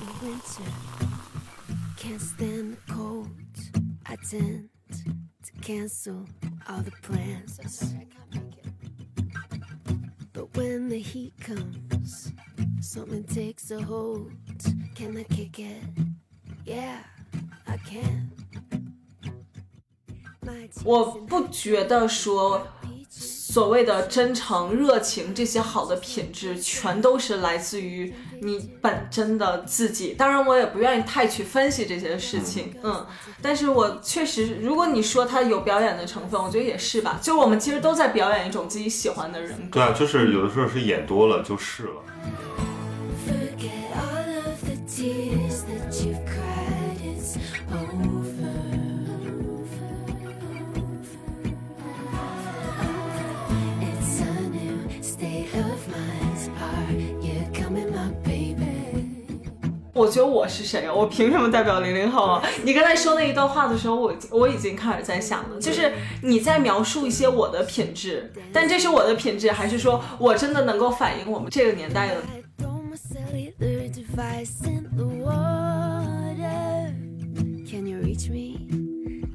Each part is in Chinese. in winter. Can't stand the cold. I tend to cancel all the plans. But when the heat comes, something takes a hold. Can I kick it? Yeah, I can. My 我不觉得说 peaches 所谓的真诚、热情这些好的品质，全都是来自于你本真的自己。当然，我也不愿意太去分析这些事情，嗯。但是我确实，如果你说它有表演的成分，我觉得也是吧。就我们其实都在表演一种自己喜欢的人格。对啊，就是有的时候是演多了就是了。 Forget all of the tears that you've cried. It's over. It's a new state of mind. Are you coming, my baby? 我觉得我是谁啊？我凭什么代表零零后啊？你刚才说那一段话的时候，我我已经开始在想了，就是你在描述一些我的品质，但这是我的品质，还是说我真的能够反映我们这个年代的 I throw my cellular device in the water. Can you reach me?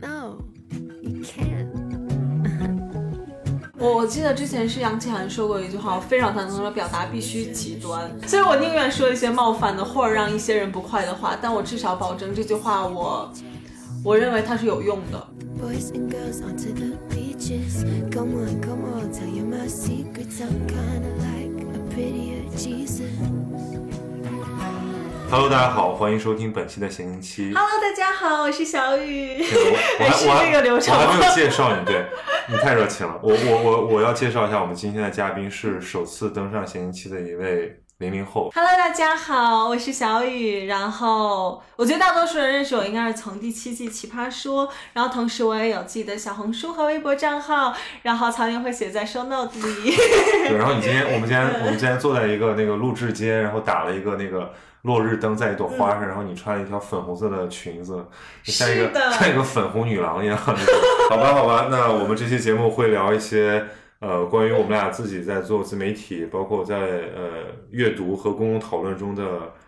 No, you can't. 我我记得之前是杨奇涵说过一句话，我非常赞同，说表达必须极端，所以我宁愿说一些冒犯的或者让一些人不快的话，但我至少保证这句话我，我认为它是有用的。 Boys and girls onto the beaches. Come on, come on, tell you my secrets. I'm kinda like a prettier Jesus. Hello，大家好，欢迎收听本期的闲情期。 Hello，大家好，我是小雨。我还是我还这个流程我还没有介绍你，对你太热情了。我我我我要介绍一下，我们今天的嘉宾是首次登上闲情期的一位零零后。 Hello，大家好，我是小雨。然后我觉得大多数人认识我应该是从第七季《奇葩说》，然后同时我也有自己的小红书和微博账号，然后曹宁会写在 show note 里。 对，然后你今天，我们今天，嗯我们今天坐在一个那个录制间，然后打了一个那个落日灯在一朵花上，然后你穿了一条粉红色的裙子，就像一嗯是的个像一个粉红女郎一样。那种好吧，好吧，那我们这期节目会聊一些呃关于我们俩自己在做自媒体，包括在呃阅读和公共讨论中的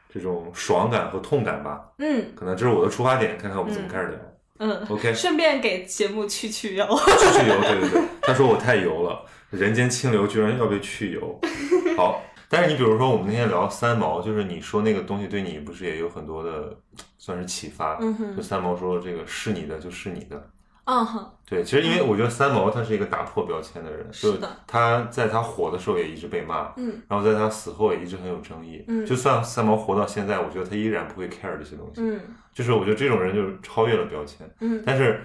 这种爽感和痛感吧。嗯可能这是我的出发点，看看我们怎么开始聊。嗯， OK，顺便给节目去去油。去去油，对对对，他说我太油了，人间清流居然要被去油。好，但是你比如说我们那天聊三毛，就是你说那个东西对你不是也有很多的算是启发？嗯哼就三毛说这个是你的就是你的。嗯哼，对，其实因为我觉得三毛他是一个打破标签的人，是就的他在他火的时候也一直被骂，嗯然后在他死后也一直很有争议。嗯就算三毛活到现在，我觉得他依然不会 care 这些东西。嗯就是我觉得这种人就是超越了标签。嗯但是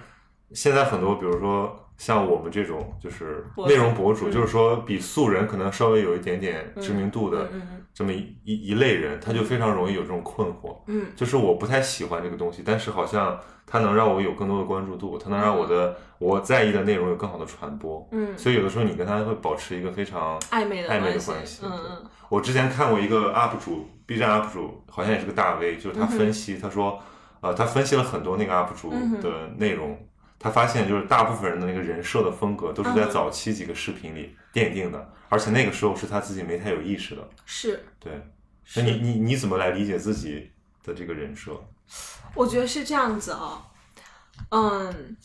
现在很多，比如说像我们这种就是博主内容博主，嗯就是说比素人可能稍微有一点点知名度的嗯嗯这么一一一类人，他就非常容易有这种困惑。嗯就是我不太喜欢这个东西，但是好像它能让我有更多的关注度，它能让我的我在意的内容有更好的传播。嗯，所以有的时候你跟他会保持一个非常暧昧的暧昧的关关系系。嗯对嗯我之前看过一个 UP 主，B 站 UP 主好像也是个大 V，就是他分析，他说，呃，他分析了很多那个 UP 主嗯哼的内容，他发现就是大部分人的那个人设的风格都是嗯在哼早期几个视频里奠定的，而且那个时候是他自己没太有意识的。是。对，是那你你你怎么来理解自己的这个人设？我觉得是这样子啊、嗯，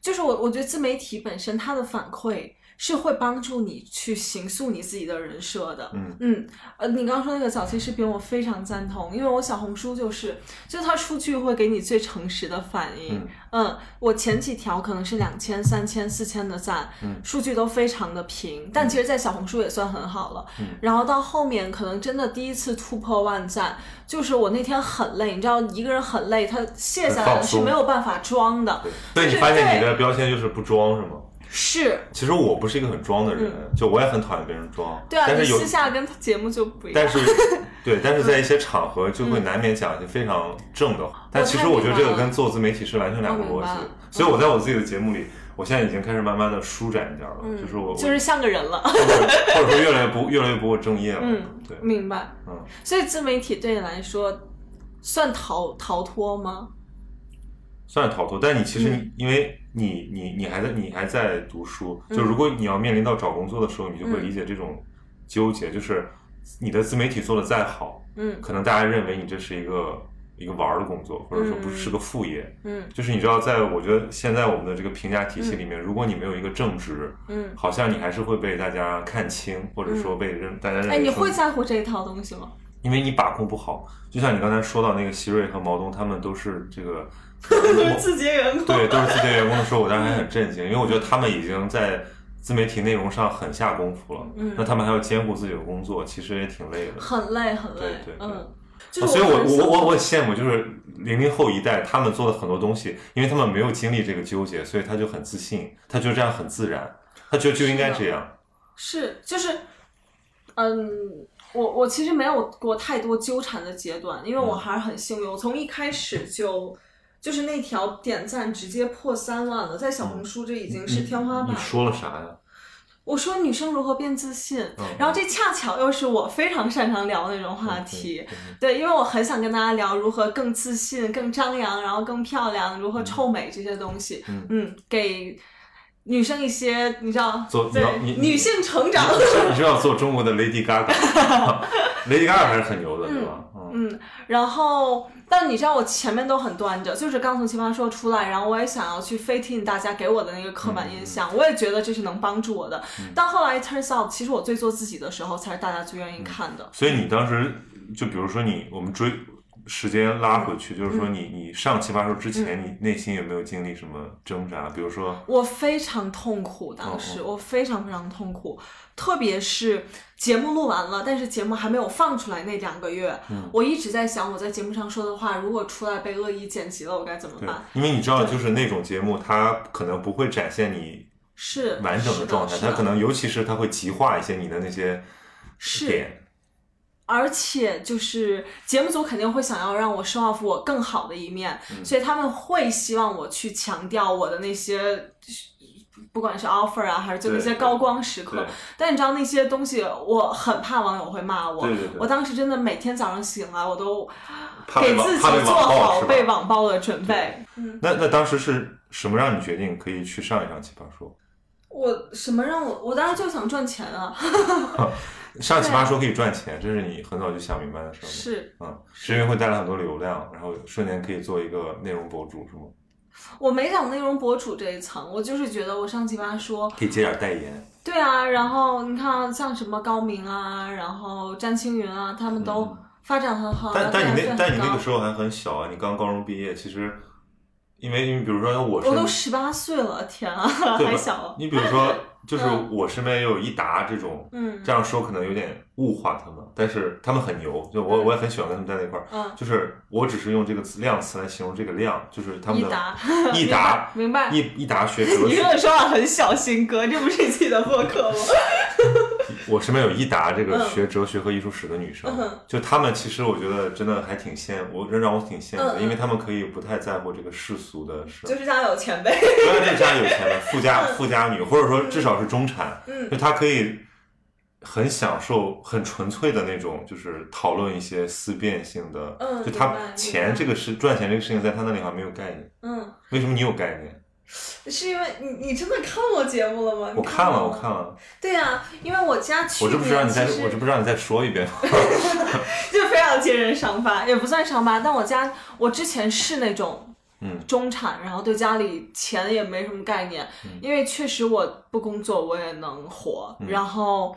就是我我觉得自媒体本身它的反馈是会帮助你去形塑你自己的人设的。嗯呃，你刚刚说那个早期视频，我非常赞同，因为我小红书就是，就它数据会给你最诚实的反应。嗯我前几条可能是两千、三千、四千的赞，嗯数据都非常的平，但其实，在小红书也算很好了。嗯然后到后面，可能真的第一次突破万赞，就是我那天很累，你知道，一个人很累，他卸下来很了放是松没有办法装的。对， 所以你发现你的标签就是不装是吗？是，其实我不是一个很装的人，就我也很讨厌别人装。嗯对啊，但你是有私下跟节目就不一样 但。是，对，但是在一嗯些场合就会难免讲一些非常正的哦话。但其实我觉得这个跟做自媒体是完全两个我嗯明逻白辑了。所以我在我自己的节目里，我现在已经开始慢慢的舒展一点了，就是我，嗯就是像个人了，我或者说越来越不越来越不务正业了。嗯对，明白。嗯，所以自媒体对你来说算逃逃脱吗？算是逃脱。但你其实嗯你因为你你你还在你还嗯在读书，就如果你要面临到找工作的时候，你就会理解这种纠结，就是你的自媒体做的再好，嗯可能大家认为你这是一个一个玩儿的工作，或者说不是个副业。嗯就是你知道，在我觉得现在我们的这个评价体系里面，如果你没有一个正职，嗯。好像你还是会被大家看轻，或者说被认、大家认为哎，你说会在乎这一套东西吗？因为你把控不好。就像你刚才说到那个希瑞和毛东，他们都是这个 我自己人工。对都是自己员工的时候，我当时还很震惊，因为我觉得他们已经在自媒体内容上很下功夫了，嗯那他们还要兼顾自己的工作，其实也挺累的。很累很累，对对对嗯，就啊是所以我，很我想我我很羡慕，就是零零后一代，他们做的很多东西，因为他们没有经历这个纠结，所以他就很自信，他觉得这样很自然，他觉得就应该这样。是就是，嗯，我我其实没有过太多纠缠的阶段，因为嗯我还是很幸运，我从一开始就就是那条点赞直接破三万了，在小红书这已经是天花板嗯你了。说了啥呀？我说女生如何变自信，嗯然后这恰巧又是我非常擅长聊的那种话题，嗯对，因为我很想跟大家聊如何更自信、更张扬，然后更漂亮，如何臭美这些东西，嗯嗯给女生一些你知道，做对你你女性成 长，你知道做中国的 Lady Gaga，Lady Gaga 还是很牛的，对吧？嗯嗯，然后但你知道我前面都很端着，就是刚从奇葩说出来，然后我也想要去 fit in 大家给我的那个刻板印嗯象，我也觉得这是能帮助我的，但后来 turns out，其实我最做自己的时候，才是大家最嗯愿意看的。所以你当时就比如说你，我们追时间拉回去，就嗯是说你你上奇葩说之前，你内心有没有经历什么挣扎？比如说，我非常痛苦，当时哦我非常非常痛苦，特别是节目录完了，但是节目还没有放出来那两个月，嗯我一直在想我在节目上说的话，如果出来被恶意剪辑了，我该怎么对办？，因为你知道，就是那种节目，它可能不会展现你是完整是的的状态，是它的可能尤其是它会极化一些你的那些是点，而且就是节目组肯定会想要让我 show off 我更好的一面，嗯所以他们会希望我去强调我的那些，不管是 offer 啊，还是就那对些对高光时刻对。但你知道那些东西，我很怕网友会骂我。对对对我当时真的每天早上醒来，我都怕被给网自己怕被网做暴好是吧被网暴的准备。那那当时是什么让你决定可以去上一上奇葩说？我什么让我？我当时就想赚钱啊！ 上奇葩说可以赚钱，这是你很早就想明白的事儿吗？是嗯，是因为会带来很多流量，然后瞬间可以做一个内容博主，是吗？我没想内容博主这一层，我就是觉得我上奇葩说可以接点代言。对啊，然后你看啊像什么高明啊，然后詹青云啊，他们都发展很好，嗯但然后但你现那在但你很那高个时候还很小啊，你刚高中毕业，其实因为因为比如说我我都是十八岁了，天啊， 对吧还小。你比如 说就是嗯我身边也有一沓这种，嗯这样说可能有点物化他们，但是他们很牛，就我嗯我也很喜欢跟他们在一块儿。嗯，就是我只是用这个词量词来形容这个量，就是他们一的达， 一达明白。明白一一沓学哲你这学，个说话很小心哥，这不是你自己的播客吗？ 我身边有一沓这个嗯学哲学和艺术史的女生嗯哼，就她们其实我觉得真的还挺羡我让我挺羡慕的，嗯嗯因为她们可以不太在乎这个世俗的事儿，就是家有钱呗。不要这家有钱的富家富家女，或者说至少是中产，嗯就她可以很享受、很纯粹的那种，就是讨论一些思辨性的。嗯就明白她明白钱这个事、赚钱这个事情，在她那里好像没有概念。嗯，为什么你有概念？是因为你你真的看我节目了吗？我看了，你我看吗。了，对啊，因为我家去我这不是年让你再，其实我这不是让你再说一遍吗？ 就非常揭人伤疤，也不算伤疤。但我家我之前是那种，嗯中产，然后对家里钱也没什么概念，嗯因为确实我不工作我也能活。然后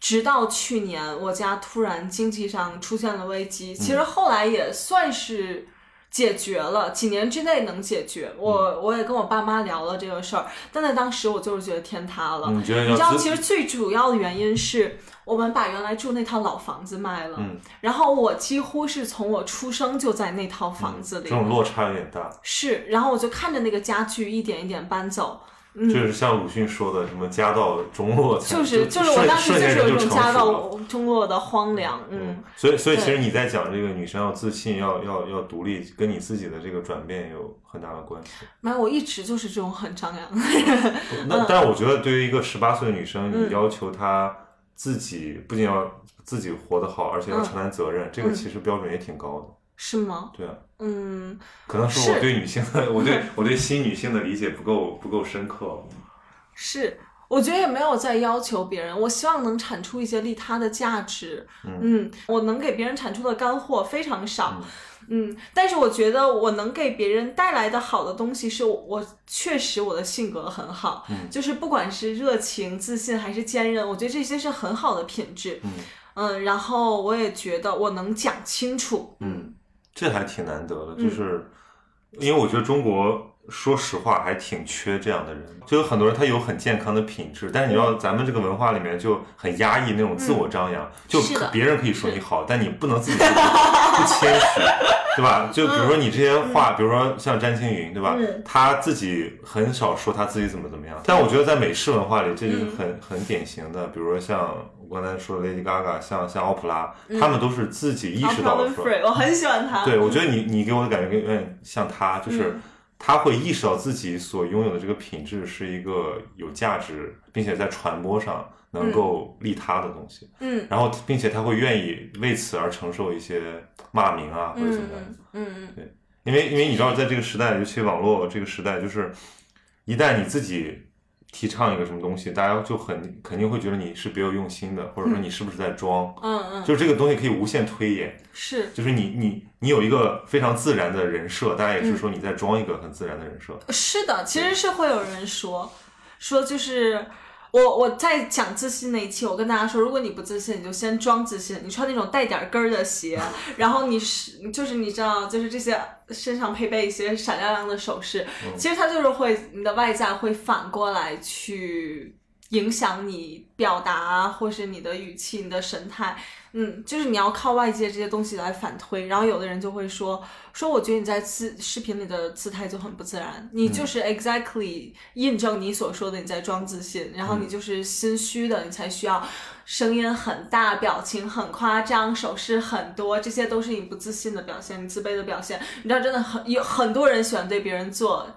直到去年，我家突然经济上出现了危机，其嗯实后来也算是。解决了，几年之内能解决。我嗯我也跟我爸妈聊了这个事儿，但在当时我就是觉得天塌了。你觉得你知道，嗯要其自实最主要的原因是我们把原来住那套老房子卖了，嗯然后我几乎是从我出生就在那套房子嗯这里，种落差有点大，是，然后我就看着那个家具一点一点搬走，就是像鲁迅说的什么“家道中落才”，嗯就是哎就是我瞬当时瞬就间是有人一就种成家熟了。道中落的荒凉，嗯，，所以所以其对实你在讲这个女生要自信，要要要独立，跟你自己的这个转变有很大的关系。没有，我一直就是这种很张扬的人， 那但我觉得对于一个十八岁的女生，嗯你要求她自己不仅要自己活得好，而且要嗯承担责任，这个其实标准也挺高的。是吗？对啊，嗯，可能是我是对女性的，我对我对新女性的理解不够不够深刻。是。我觉得也没有在要求别人，我希望能产出一些利他的价值。嗯，我能给别人产出的干货非常少。嗯，但是我觉得我能给别人带来的好的东西是我，我确实我的性格很好，嗯就是不管是热情、自信还是坚韧，我觉得这些是很好的品质。嗯然后我也觉得我能讲清楚。嗯，这还挺难得的，嗯就是、因为我觉得中国。说实话，还挺缺这样的人。就有很多人，他有很健康的品质，但是你知嗯道，咱们这个文化里面就很压抑那种自我张扬，就是的别人可以说你好，但你不能自己说你好不谦虚， 对吧？就比如说你这些话，比如说像詹青云，对吧？嗯他自己很少说他自己怎么怎么样，但我觉得在美式文化里，这嗯就是很、很典型的，比如说像我刚才说的 Lady Gaga，像像奥普拉，他们都是自己意识到了 Oprah 说，嗯 Winfrey，我很喜欢他。对，我觉得你你给我的感觉有点像他，就是他会意识到自己所拥有的这个品质是一个有价值，并且在传播上能够利他的东西，嗯然后并且他会愿意为此而承受一些骂名啊或者怎么样。嗯嗯因为因为你知道，在这个时代，尤其网络这个时代，就是一旦你自己提倡一个什么东西，大家就很肯定会觉得你是别有用心的，或者说你是不是在装。嗯嗯，就是这个东西可以无限推演，是。就是你你你有一个非常自然的人设，大家嗯也是说你在装一个很自然的人设。是的，其实是会有人说，说就是我我在讲自信那一期，我跟大家说，如果你不自信，你就先装自信，你穿那种带点跟儿的鞋，然后你是就是你知道，就是这些身上配备一些闪亮亮的首饰，其实它就是会你的外在会反过来去。影响你表达，或是你的语气、你的神态，嗯，就是你要靠外界这些东西来反推。然后有的人就会说，说我觉得你在自视频里的姿态就很不自然，你就是 exactly 印证你所说的你在装自信，然后你就是心虚的，你才需要声音很大、表情很夸张、手势很多，这些都是你不自信的表现，你自卑的表现。你知道，真的很有很多人喜欢对别人做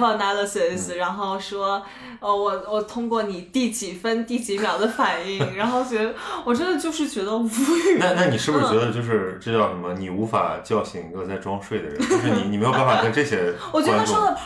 psychoanalysis，、然后说，呃，我我通过你第几分、第几秒的反应，然后觉得我真的就是觉得无语。那那你是不嗯是觉得就是这叫什么？你无法叫醒一个在装睡的人，就是你你没有办法跟这些我觉得他观说众。的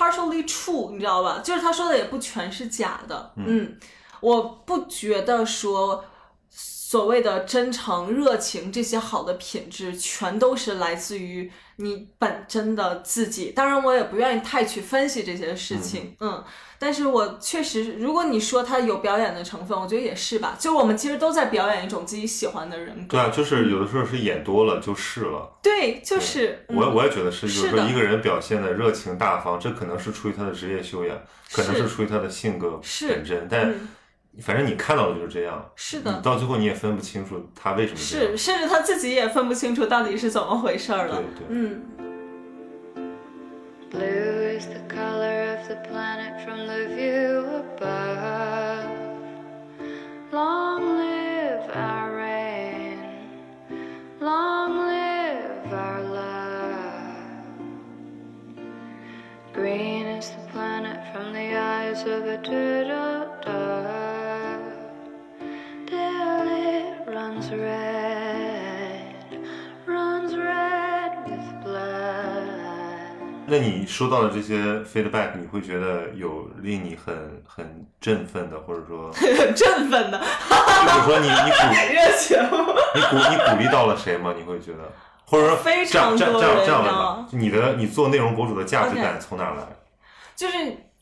partially true，你知道吧？就是他说的也不全是假的。嗯，我不觉得说所谓的真诚、热情这些好的品质，全都是来自于你本真的自己。当然，我也不愿意太去分析这些事情。嗯但是我确实，如果你说他有表演的成分，我觉得也是吧。就是我们其实都在表演一种自己喜欢的人格。对啊，就是有的时候是演多了就是了。对，就是我嗯我也觉得是，就是是说的一个人表现的热情大方，这可能是出于他的职业修养，可能是是出于他的性格是本真，但嗯反正你看到的就是这样，是你的。到最后你也分不清楚他为什么这是，样。甚至他自己也分不清楚到底是怎么回事儿了。对对嗯。 Blue is the color of the planet from the view above. Long live our rain. Long live our love. Green is the planet from the eyes of a turtle dove. Till it runs red, runs red with blood. 那你收到的这些 feedback，你会觉得有令你很很振奋的，或者 说，就很振奋的比如说你你鼓热情。你鼓你鼓励到了谁吗？你会觉得，或者说非这常样这样多这样人这你样问知道吧吗，你的你做内容博主的价值 OK 感从哪儿来？就是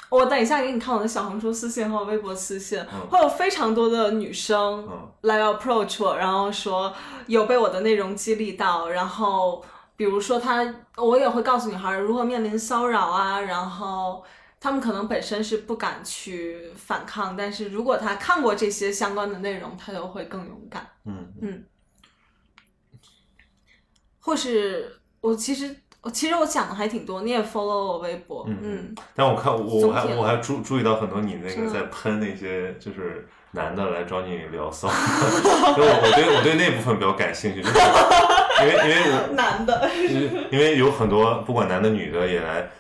我等一下给你看我的小红书私信和我微博私信，嗯会有非常多的女生嗯来 approach 我，然后说有被我的内容激励到，然后比如说她，我也会告诉女孩如何面临骚扰啊，然后。她们可能本身是不敢去反抗，但是如果她看过这些相关的内容，她就会更勇敢。嗯，或是我其实我其实我讲的还挺多，你也 follow 我微博，嗯嗯但我看我我还总体我还注注意到很多你那真个的在喷那些就是男的来找你聊骚， 因为我我对我对那部分比较感兴趣，就是因为因为我男的， 因为有很多不管男的女的也来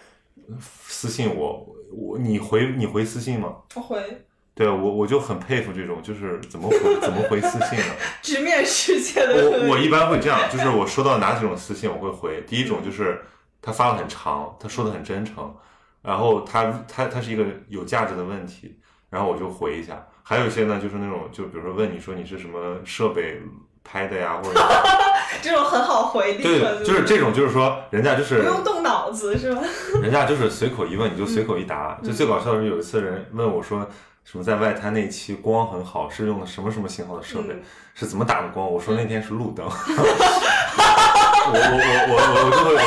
私信我，我你回你回私信吗？我回对啊我我就很佩服这种，就是怎么回怎么回私信呢？直面世界的我我一般会这样，就是我收到哪几种私信我会回，第一种就是他发的很长，他说的很真诚，然后他他他是一个有价值的问题，然后我就回一下。还有一些呢，就是那种就比如说问你说你是什么设备拍的 呀，或者这种很好回，立刻对，就是这种，就是说人家就是不用动脑子是吧？人家就是随口一问，你就随口一答。就最搞笑的是，有一次人问我说，什么在外滩那期光很好，是用的什么什么型号的设备，嗯是怎么打的光？我说那天是路灯。 我我我我我就会我就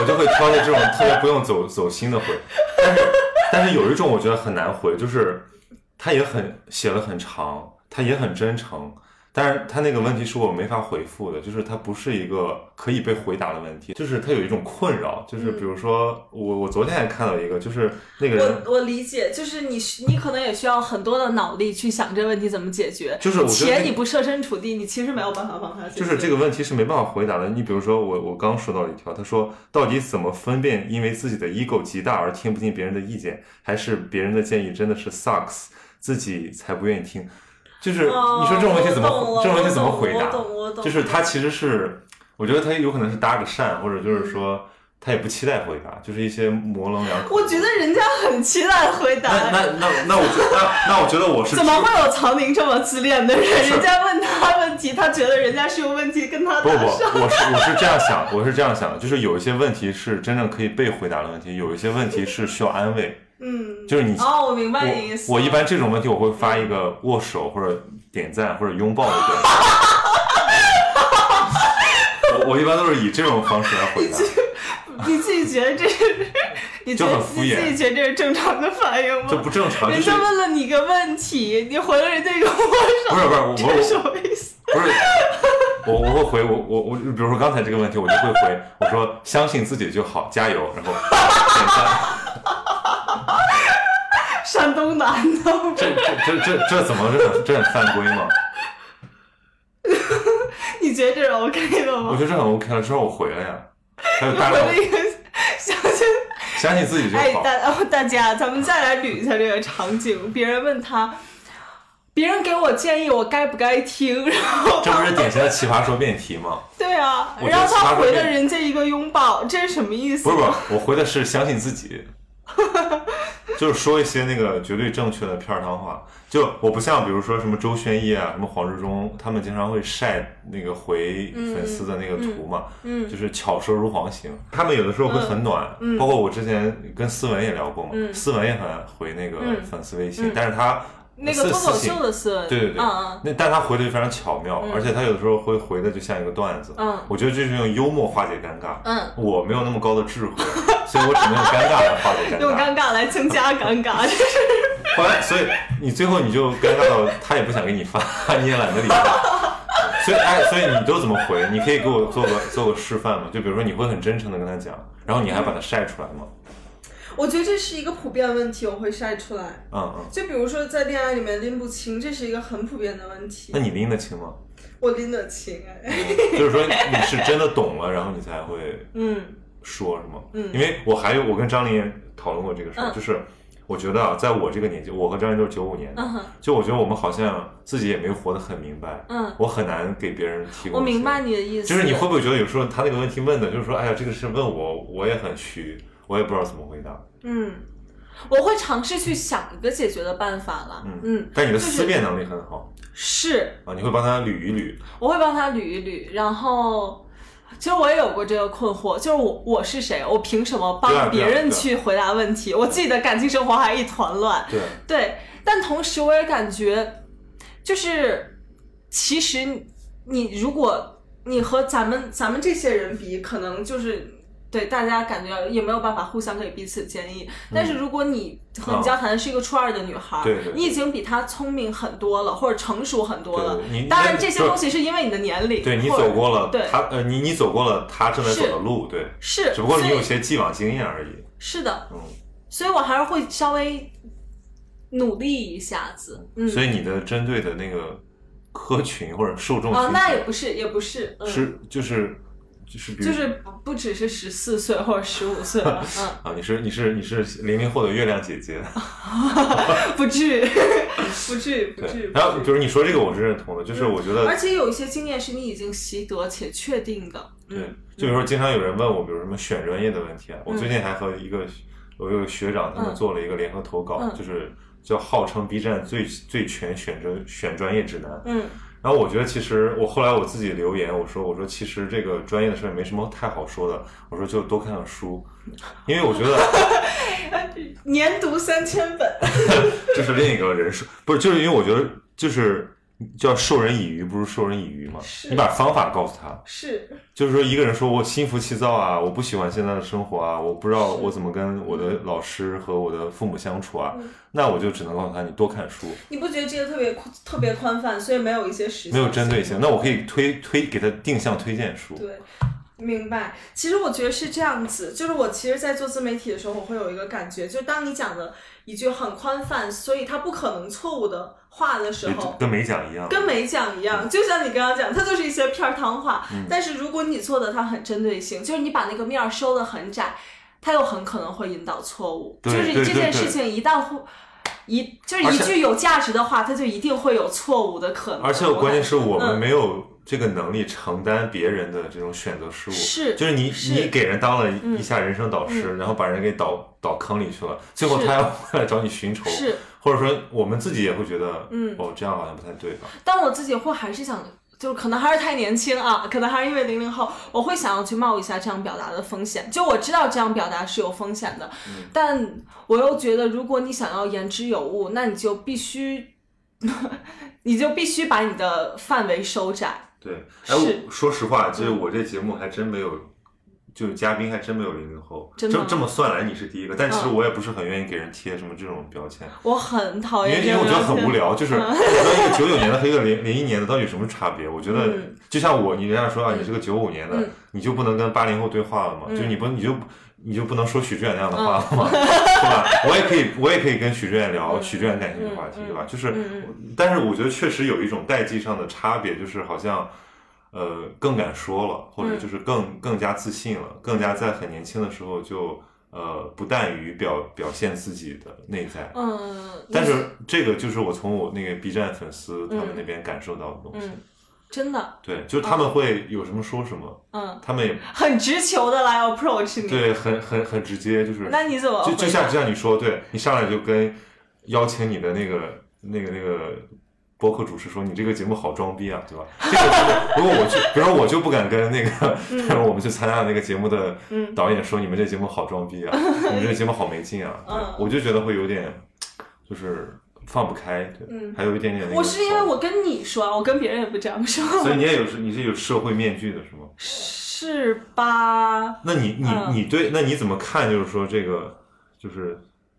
我就会挑一些这种特别不用走走心的回，但是但是有一种我觉得很难回，就是他也很写了很长，他也很真诚，但是他那个问题是我没法回复的，就是它不是一个可以被回答的问题，就是他有一种困扰，就是比如说我我昨天还看到一个，就是那个人我我理解，就是你你可能也需要很多的脑力去想这个问题怎么解决，就是我觉得且那你不设身处地，你其实没有办法帮他解决。就是这个问题是没办法回答的。你比如说我，我刚说到一条，他说到底怎么分辨因为自己的 ego 极大而听不进别人的意见，还是别人的建议真的是 sucks，自己才不愿意听？就是你哦说这种问题怎么、我懂了这种问题怎么我懂回答我懂我？懂就是他其实是，我觉得他有可能是搭个讪，或者嗯就是说他也不期待回答，就是一些模棱两可。我觉得人家很期待回答。那那那那我觉得那那我觉得我是怎么会有曹宁这么自恋的人？是人家问他问题，他觉得人家是有问题跟他不搭不，讪。我是我是这样想，我是这样想的，就是有一些问题是真正可以被回答的问题，有一些问题是需要安慰，嗯，就是你。哦，我明白你意思。我我一般这种问题我会发一个握手或者点赞或者拥抱的表情，我我一般都是以这种方式来回答。你自己觉得这是，你觉得就很敷你衍自己觉得这是正常的反应吗？这不正常，就人是家问了你一个问题，你回了人家一个握不是不是我手，这是什我么意思？不是我我会回我我我，比如说刚才这个问题，我就会回我说相信自己就好，加油，然后点赞。山东男的，这这这这这怎么这很这很犯规吗？你觉得这是 OK 的我吗？觉得这很 OK 了，这让我回来呀。还有回大量了一个相亲。相信自己就哎，好。大哦大家，咱们再来捋一下这个场景。别人问他，别人给我建议，我该不该听？ 然后这不是典型的奇葩说辩题吗？对啊，我觉得然后他其他回方面了人家一个拥抱，这是什么意思？不是不是，我回的是相信 自己，就是说一些那个绝对正确的片儿汤话。就我不像比如说什么周轩逸啊，什么黄志忠，他们经常会晒那个回粉丝的那个图嘛，嗯就是巧舌如簧型。他们有的时候会很暖，包括我之前跟思文也聊过嘛，嗯思文也很回那个嗯粉丝微信，嗯但是他那个脱口私信秀的思维，对对对，嗯那但他回的就非常巧妙，而且他有的时候会回的就像一个段子，嗯我觉得这是用幽默化解尴尬，嗯我没有那么高的智慧，所以我只能用尴尬来化解尴嗯，用尬。尴尬来增加尴尬， 就是后来，所以你最后你就尴尬到他也不想给你发，你也懒得理他。所以，哎，所以你都怎么回？你可以给我做个做个示范吗？就比如说，你会很真诚的跟他讲，然后你还把它晒出来吗？我觉得这是一个普遍问题，我会晒出来。嗯嗯，就比如说在恋爱里面拎不清，这是一个很普遍的问题那你拎得清吗？我拎得清哎，就是说你是真的懂了，然后你才会嗯说是吗？嗯因为我还有我跟张琳也讨论过这个事儿，嗯就是我觉得啊，在我这个年纪，我和张琳都是九五年的，嗯哼就我觉得我们好像自己也没活得很明白，嗯我很难给别人提供。我明白，你的意思，就是你会不会觉得有时候他那个问题问的，就是说，哎呀，这个是问我，我也很虚，我也不知道怎么回答。嗯，我会尝试去想一个解决的办法了。嗯嗯，但你的就是思辨能力很好是，啊，你会帮他捋一捋。我会帮他捋一捋。然后，其实我也有过这个困惑，就是我我是谁，我凭什么对啊帮对别啊人对啊去回答问题？我自己的感情生活还一团乱。对，对，但同时我也感觉，就是其实你你如果你和咱们咱们这些人比，可能就是。对大家感觉也没有办法互相给彼此建议，但是如果你和啊你交谈的是一个初二的女孩儿，嗯对对对你已经比她聪明很多了，或者成熟很多了对你。当然那这些就东西是因为你的年龄，对你或者走过了对他，呃，你你走过了他正在走是的路，对，是，只不过你所以有些既往经验而已。是的，嗯，所以我还是会稍微努力一下子。嗯，所以你的针对的那个客群或者受众群啊，体那也不是，也不是，嗯、是就是就是比如就是不只是十四岁或者十五岁 了，嗯，啊，你是你是你是零零后的月亮姐姐，啊不至于， 不至于，不至于。对。然后就是你说这个我是认同的，就是我觉嗯而得且有一些经验是你已经习得且确定的，对嗯，，就有时候经常有人问我，比如什么选专业的问题啊，我最近还和一个我有个学长他们嗯做了一个联合投稿，嗯就是叫号称 B 站最最全选专选专业指南。嗯然后我觉得其实我后来我自己留言，我说我说其实这个专业的事儿没什么太好说的，我说就多看看书， 因为我觉得年读三千本，这是另一个人说，不是就是因为我觉得就是叫授人以鱼不如授人以渔嘛，是你把方法告诉他，是就是说一个人说我心浮气躁啊，我不喜欢现在的生活啊，我不知道是我怎么跟我的老师和我的父母相处啊，嗯那我就只能告诉他你多看书，你不觉得这个特别宽特别宽泛，所以没有一些实没有效针对性，性？那我可以推推给他定向推荐书，对，明白。其实我觉得是这样子，就是我其实，在做自媒体的时候，我会有一个感觉，就当你讲的一句很宽泛，所以它不可能错误的话的时候，跟没讲一样，跟没讲一样，就像你刚刚讲，它就是一些片儿汤话。嗯但是如果你做的它很针对性，就是你把那个面儿收的很窄，它又很可能会引导错误。对就是对你这对件对事情一旦会一就是而一且句有价值的话，它就一定会有错误的可能。而且关键是是我嗯们没有这个能力承担别人的这种选择失误，是就是你是嗯你给人当了一下人生导师，然后把人给导导坑里去了，最后他要回来找你寻仇，是，或者说我们自己也会觉得，嗯哦，这样好像不太对吧？但我自己会还是想，就是可能还是太年轻啊，可能还是因为零零后，我会想要去冒一下这样表达的风险。就我知道这样表达是有风险的，嗯但我又觉得，如果你想要言之有物，那你就必须， 你就必须把你的范围收窄。对，哎是我说实话，就是我这节目还真没有。就嘉宾还真没有零零后，真的吗这么算来你是第一个，但其实嗯我也不是很愿意给人贴什么这种标签，我很讨因厌为这因为样我的觉得很人无聊，就是嗯我觉得一个九九年的和一个零零一年的到底有什么差别？我觉得嗯就像我，你人家说啊，你是个九五年的嗯，你就不能跟八零后对话了嘛？嗯就是你不你就你就不能说许志远那样的话 了嘛？是吧？我也可以我也可以跟许志远聊嗯许志远感兴趣的话题，嗯嗯对吧？就是嗯，但是我觉得确实有一种代际上的差别，就是好像。呃，更敢说了，或者嗯就是更更加自信了，更加在很年轻的时候就呃不惮于表表现自己的内在，嗯， 但是这个就是我从我那个 B 站粉丝他们那边感受到的东西，嗯，真的，对，就是他们会有什么说什么，嗯，他们也很直球的来 approach 你。对很很很直接，就是那你怎么就回就答像就像你说，对你上来就跟邀请你的那个那个那个播客主持说你这个节目好装逼啊，对吧？这个就是如果我去，比如说我就不敢跟那个、 我们去参加的那个节目的嗯导演说、你们这节目好装逼 啊，你们这个节目好没劲啊，对嗯我就觉得会有点就是放不开，对，嗯还有一点点那个。我是因为我跟你说，我跟别人也不这样说。 所以你也有你是有社会面具的是吗？是吧？那你你、嗯你对那你怎么看？就是说这个就是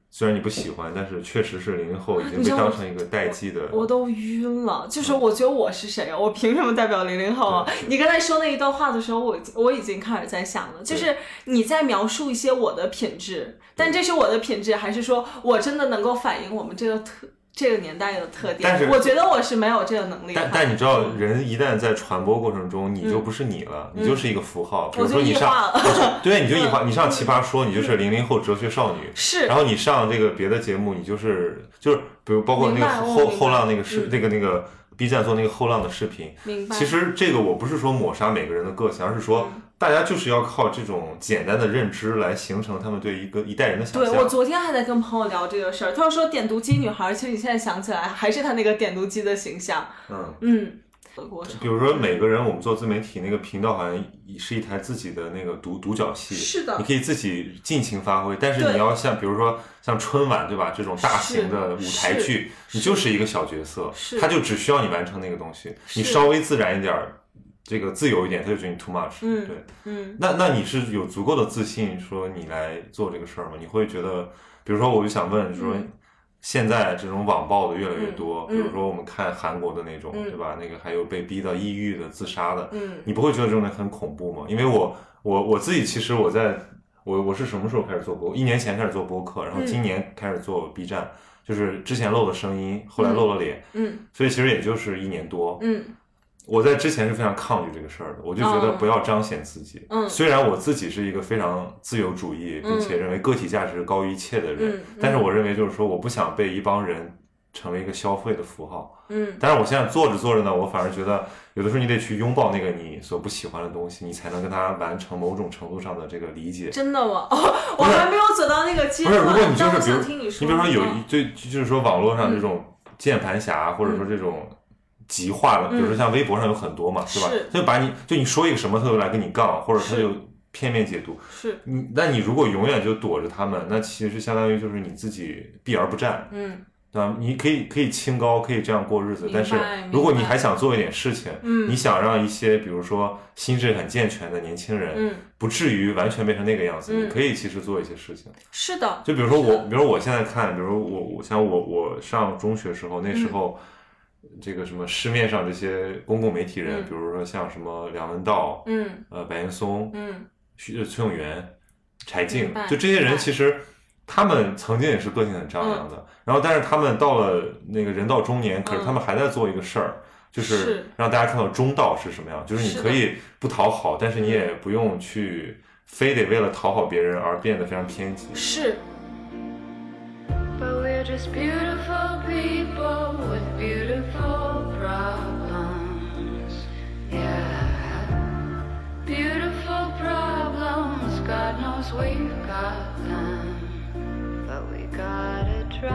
虽然你不喜欢，但是确实是零零后已经你被知道当成一个代际的。我都晕了，就是嗯我觉得我是谁啊？我凭什么代表零零后啊？你刚才说那一段话的时候，我我已经开始在想了，就是你在描述一些我的品质，但这是我的品质，还是说我真的能够反映我们这个特这个年代的特但是点？我觉得我是没有这个能力但的。但你知道，人一旦在传播过程中，你就不是你了，你就是一个符号。嗯比我如就说你异上，化 了，嗯对，你就一话，你上奇葩说，你就是零零后哲学少女。是然后你上这个别的节目，你就是就是，比如包括那明个白我后明白后浪那个视嗯那个那个 B 站做那个后浪的视频，明白。其实这个我不是说抹杀每个人的个性，而是说嗯大家就是要靠这种简单的认知来形成他们对一个一代人的想对，我象。昨天还在跟朋友聊这个事儿，他说点读机女孩，其实你现在想起来还是她那个点读机的形象，嗯，嗯，德国比如说每个人我们做自媒体那个频道好像是一台自己的那个独独角戏，是的你可以自己尽情发挥，但是对你要像比如说像春晚对吧这种大型的舞台剧，是你就是一个小角色是，他就只需要你完成那个东西，是你稍微自然一点儿，这个自由一点，他就觉得你 too much，嗯对。嗯，那那你是有足够的自信说你来做这个事儿吗？你会觉得，比如说，我就想问，就是说嗯现在这种网暴的越来越多，嗯嗯比如说我们看韩国的那种，嗯对吧？那个还有被逼到抑郁的、自杀的，嗯你不会觉得这种人很恐怖吗？因为我我我自己其实我在我我是什么时候开始做播？一年前开始做播客，然后嗯今年开始做 B 站，就是之前露了声音，后来嗯露了脸，嗯所以其实也就是一年多，嗯我在之前是非常抗拒这个事儿的，我就觉得嗯不要彰显自己。嗯虽然我自己是一个非常自由主义，并且认为个体价值高于一切的人，嗯嗯但是我认为就是说，我不想被一帮人成了一个消费的符号。嗯但是我现在做着做着呢，我反而觉得有的时候你得去拥抱那个你所不喜欢的东西，你才能跟它完成某种程度上的这个理解。真的吗？ 哦，我还没有走到那个阶不是，段。如果你就但是我比如想听你说，比如说有一嗯对，就是说网络上这种键盘侠，或者说这种极化的，比如说像微博上有很多嘛，对吧嗯是？他就把你就你说一个什么，他就来跟你杠，或者他是就片面解读。是你那嗯你如果永远就躲着他们，那其实相当于就是你自己避而不战。嗯啊，你可以可以清高，可以这样过日子，明白但是如果你明白还想做一点事情，嗯你想让一些比如说心智很健全的年轻人，嗯，不至于完全变成那个样子，嗯你可以其实做一些事情。是的，就比如说是我的，比如我现在看，比如我我像我我上中学时候，那嗯时候、这个什么市面上这些公共媒体人，嗯比如说像什么梁文道、嗯呃白岩松、嗯徐呃崔永元、柴静明白，就这些明人白嗯其实他们曾经也是个性很张扬的，然后但是他们到了那个人到中年，可是他们还在做一个事儿。就是是让大家看到中道是什么样，就是你是的可以不讨好，但是你也不用去非得为了讨好别人而变得非常偏激。是 But we're just beautiful people with beautiful problems. Yeah. Beautiful problems, God knows we've got them. But we gotta try.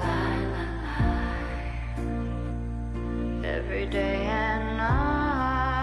Lie, lie, lie. Every day and night.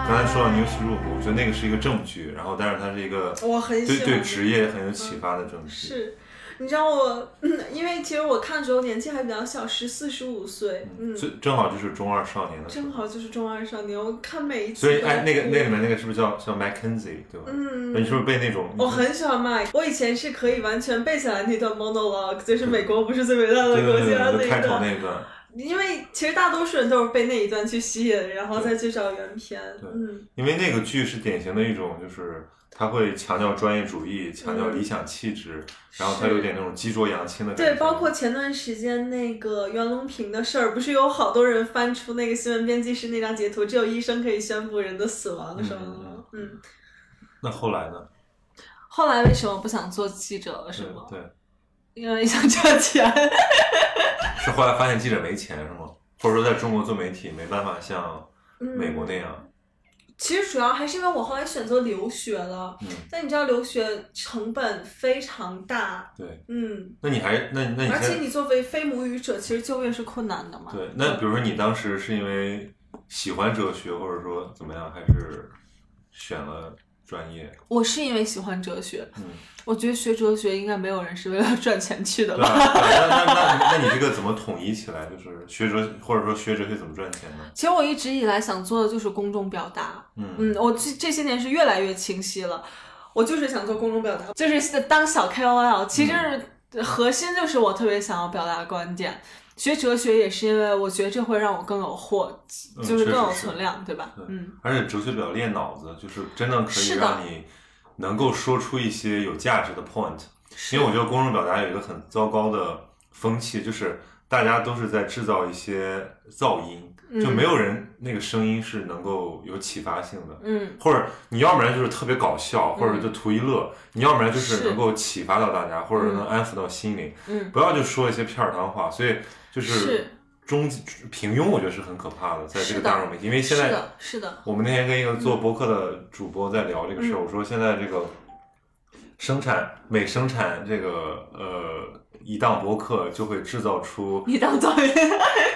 刚才说到 Newsroom，我觉得那个是一个证据，然后但是它是一个我很喜对欢对这职个业很有启发的证据。是。你知道我，嗯因为其实我看的时候年纪还比较小，十四十五岁，嗯，最正好就是中二少年的时候正。好就是中二少年。我看每一集，嗯所以哎，那个那里面那个是不是叫叫 Mackenzie 对吧？嗯，你是不是被那种我很喜欢 Mike，我以前是可以完全背下来那段 monologue，就是美国不是最伟大对的国对家对对开一头段，那一段，因为其实大多数人都是被那一段去吸引，然后再去找原片。嗯，因为那个剧是典型的一种，就是他会强调专业主义，强调理想气质，然后他有点那种激浊扬清的嗯感觉。对，包括前段时间那个袁隆平的事儿，不是有好多人翻出那个新闻编辑室那张截图，只有医生可以宣布人的死亡什么的吗。嗯，那后来呢？后来为什么不想做记者了？是对吗？对，因为想赚钱。是后来发现记者没钱是吗？或者说在中国做媒体没办法像美国那样，嗯其实主要还是因为我后来选择留学了，嗯但你知道留学成本非常大，对。嗯，那你还那那你而现且在你作为非母语者，其实就业是困难的嘛。对那比如说你当时是因为喜欢哲学，或者说怎么样，还是选了专业？我是因为喜欢哲学，嗯，我觉得学哲学应该没有人是为了 赚钱去的 对啊，吧。对啊那那那那你这个怎么统一起来？就是学哲或者说学哲学怎么赚钱呢？其实我一直以来想做的就是公众表达，嗯嗯，我这这些年是越来越清晰了，我就是想做公众表达，就是当小 KOL，其嗯实核心就是我特别想要表达的观点。学哲学也是因为我觉得这会让我更有货，嗯就是更有确实是存量，对吧？对嗯，而且哲学比较练脑子，就是真正可以是的让你能够说出一些有价值的 point。因为我觉得公众表达有一个很糟糕的风气，就是大家都是在制造一些噪音，就嗯没有人那个声音是能够有启发性的。嗯，或者你要不然就是特别搞笑，或者就图一乐；你要不然就是是能够启发到大家，或者能安抚到心灵。嗯不要就说一些片儿汤话，所以就是是中平庸，我觉得是很可怕的，在这是个的大众媒体，因为现是在的，嗯是的， 我们那天跟一个做播客的主播在聊这个嗯事儿，我说现在这个生产每生产这个呃一档播客就会制造出你当导 演，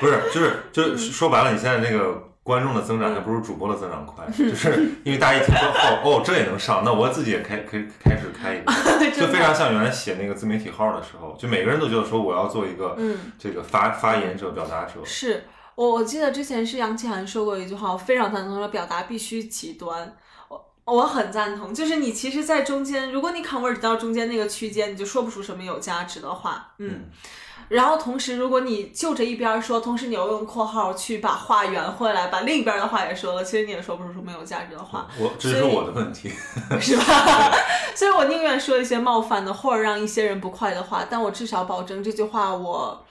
不是就是嗯就是说白了，你现在这个。观众的增长还不如主播的增长 快，就是因为大家一听说哦哦这也能上，那我自己也开开开始开一个，就非常像原来写那个自媒体号的时候，就每个人都觉得说我要做一个嗯这个发发言者、表达者，是我我记得之前是杨奇涵说过一句话，我非常赞同，说表达必须极端。我我很赞同，就是你其实，在中间，如果你 convert 到中间那个区间，你就说不出什么有价值的话，嗯。然后同时，如果你就着一边儿说，同时你又用括号去把话圆回来，把另一边儿的话也说了，其实你也说不出什么有价值的 话。我这是所以我的问题。是吧？ 所以我宁愿说一些冒犯的或者让一些人不快的话，但我至少保证这句话我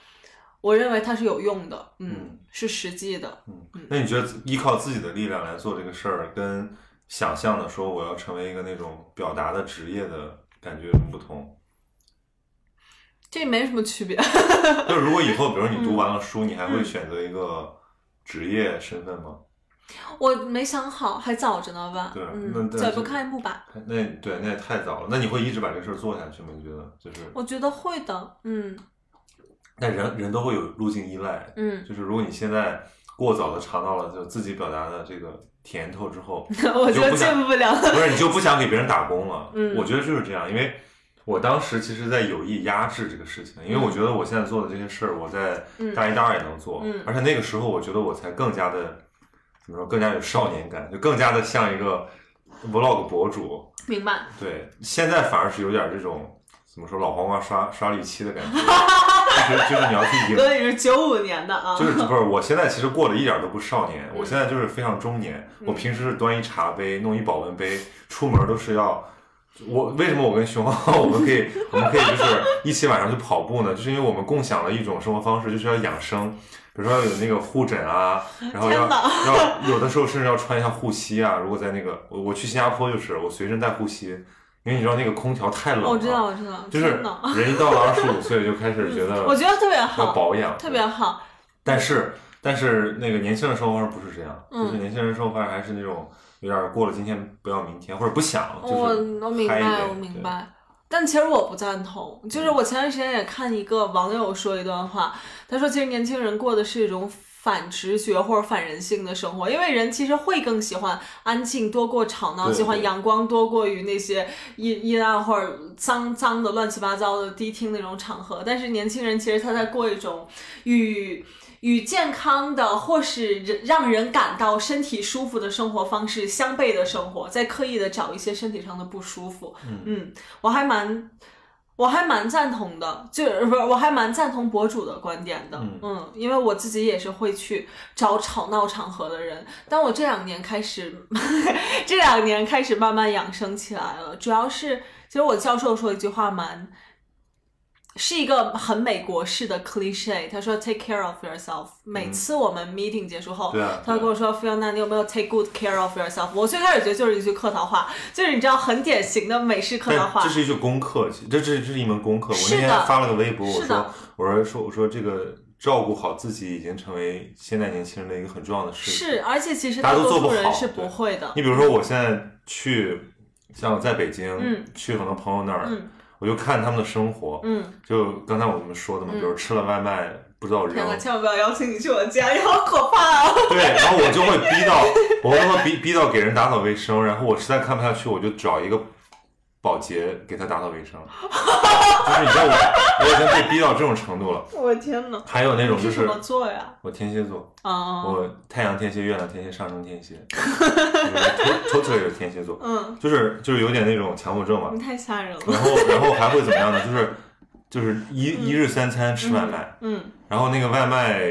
我认为它是有用的，嗯，嗯是实际的。那你觉得依靠自己的力量来做这个事儿，跟想象的说我要成为一个那种表达的职业的感觉有什么不同？这没什么区别。 就是如果以后，比如你嗯读完了书，你还会选择一个职业身份吗？我没想好，还早着呢吧？对啊那嗯，但是走一步看一步吧。那对，那也太早了。那你会一直把这事儿做下去吗？你觉得就是，我觉得会的，嗯那人人都会有路径依赖，嗯，就是如果你现在过早的尝到了就自己表达的这个甜头之后，我就就不想进不了。 不是你就不想给别人打工了。嗯我觉得就是这样，因为我当时其实在有意压制这个事情，因为我觉得我现在做的这些事儿，我在嗯大一、大二也能做，嗯而且那个时候我觉得我才更加的怎么说，更加有少年感，就更加的像一个 vlog 博主。明白，对，现在反而是有点这种怎么说老黄瓜刷刷绿漆的感觉，就是就是你要去哥赢，你是九五年的啊， 就是不是？我现在其实过得一点都不少年，嗯我现在就是非常中年。我平时是端一茶杯，弄一保温杯，出门都是要。我为什么我跟熊浩 我们可以我们可以就是一起晚上去跑步呢？就是因为我们共享了一种生活方式，就是要养生，比如说要有那个护枕啊，然后要天哪 要有的时候甚至要穿一下护膝啊。如果在那个我我去新加坡就是我随身带护膝，因为你知道那个空调太冷了，我知道，我知道，就是真的， 人一到了二十五岁就开始觉得我觉得特别要好，保养，特别好，但是但是那个年轻人生活方式不是这样，嗯就是年轻人生活方式还是那种有点过了今天不要明天，或者不想，就是我我明嗨一白，点嗯我明。白。但其实我不赞同，就是我前段时间也看一个网友说一段话，他说其实年轻人过的是一种反直觉或者反人性的生活，因为人其实会更喜欢安静多过吵闹，对喜欢对阳光多过于那些阴阴暗或者脏脏的乱七八糟的低听那种场合。但是年轻人其实他在过一种与与健康的或是人让人感到身体舒服的生活方式相悖的生活，在刻意的找一些身体上的不舒服。嗯我还蛮。我还蛮赞同的，就是不是我还蛮赞同博主的观点的，嗯因为我自己也是会去找吵闹场合的人，但我这两年开始， 这两年开始慢慢养生起来了，主要是其实我教授说一句话蛮，是一个很美国式的 cliche，他说 take care of yourself，每次我们 meeting 结束后，嗯对啊他会跟我说 Fiona，你有没有 take good care of yourself？我最开始觉得就是一句客套话，就是你知道很典型的美式客套但话这，是一句功课，这这这是一门功课。我是那的天发了个微博，我是说的我说说我说这个照顾好自己已经成为现在年轻人的一个很重要的事情。是，而且其实大大家都多做不数人好是对不会的，你比如说，我现在去，像在北京，嗯去很多朋友那儿，嗯我就看他们的生活，嗯，就刚才我们说的嘛，比如吃了外卖不知道扔天，呐，千万不要邀请你去我家，你好可怕啊！ 对，然后我就会逼到，我就会逼逼到给人打扫卫生，然后我实在看不下去，我就找一个保洁给他打扫卫生，就是你知道我，我已经被逼到这种程度了。我的天呐，还有那种你就是 什是么座呀？我天蝎座，啊、我太阳天蝎、月亮天蝎、上升 天蝎，头头头也是天蝎座，嗯，就是就是有点那种强迫症嘛哦你。太吓人了，然后然后还会怎么样呢？就是就是一一日三餐吃外卖，嗯然后那个外卖，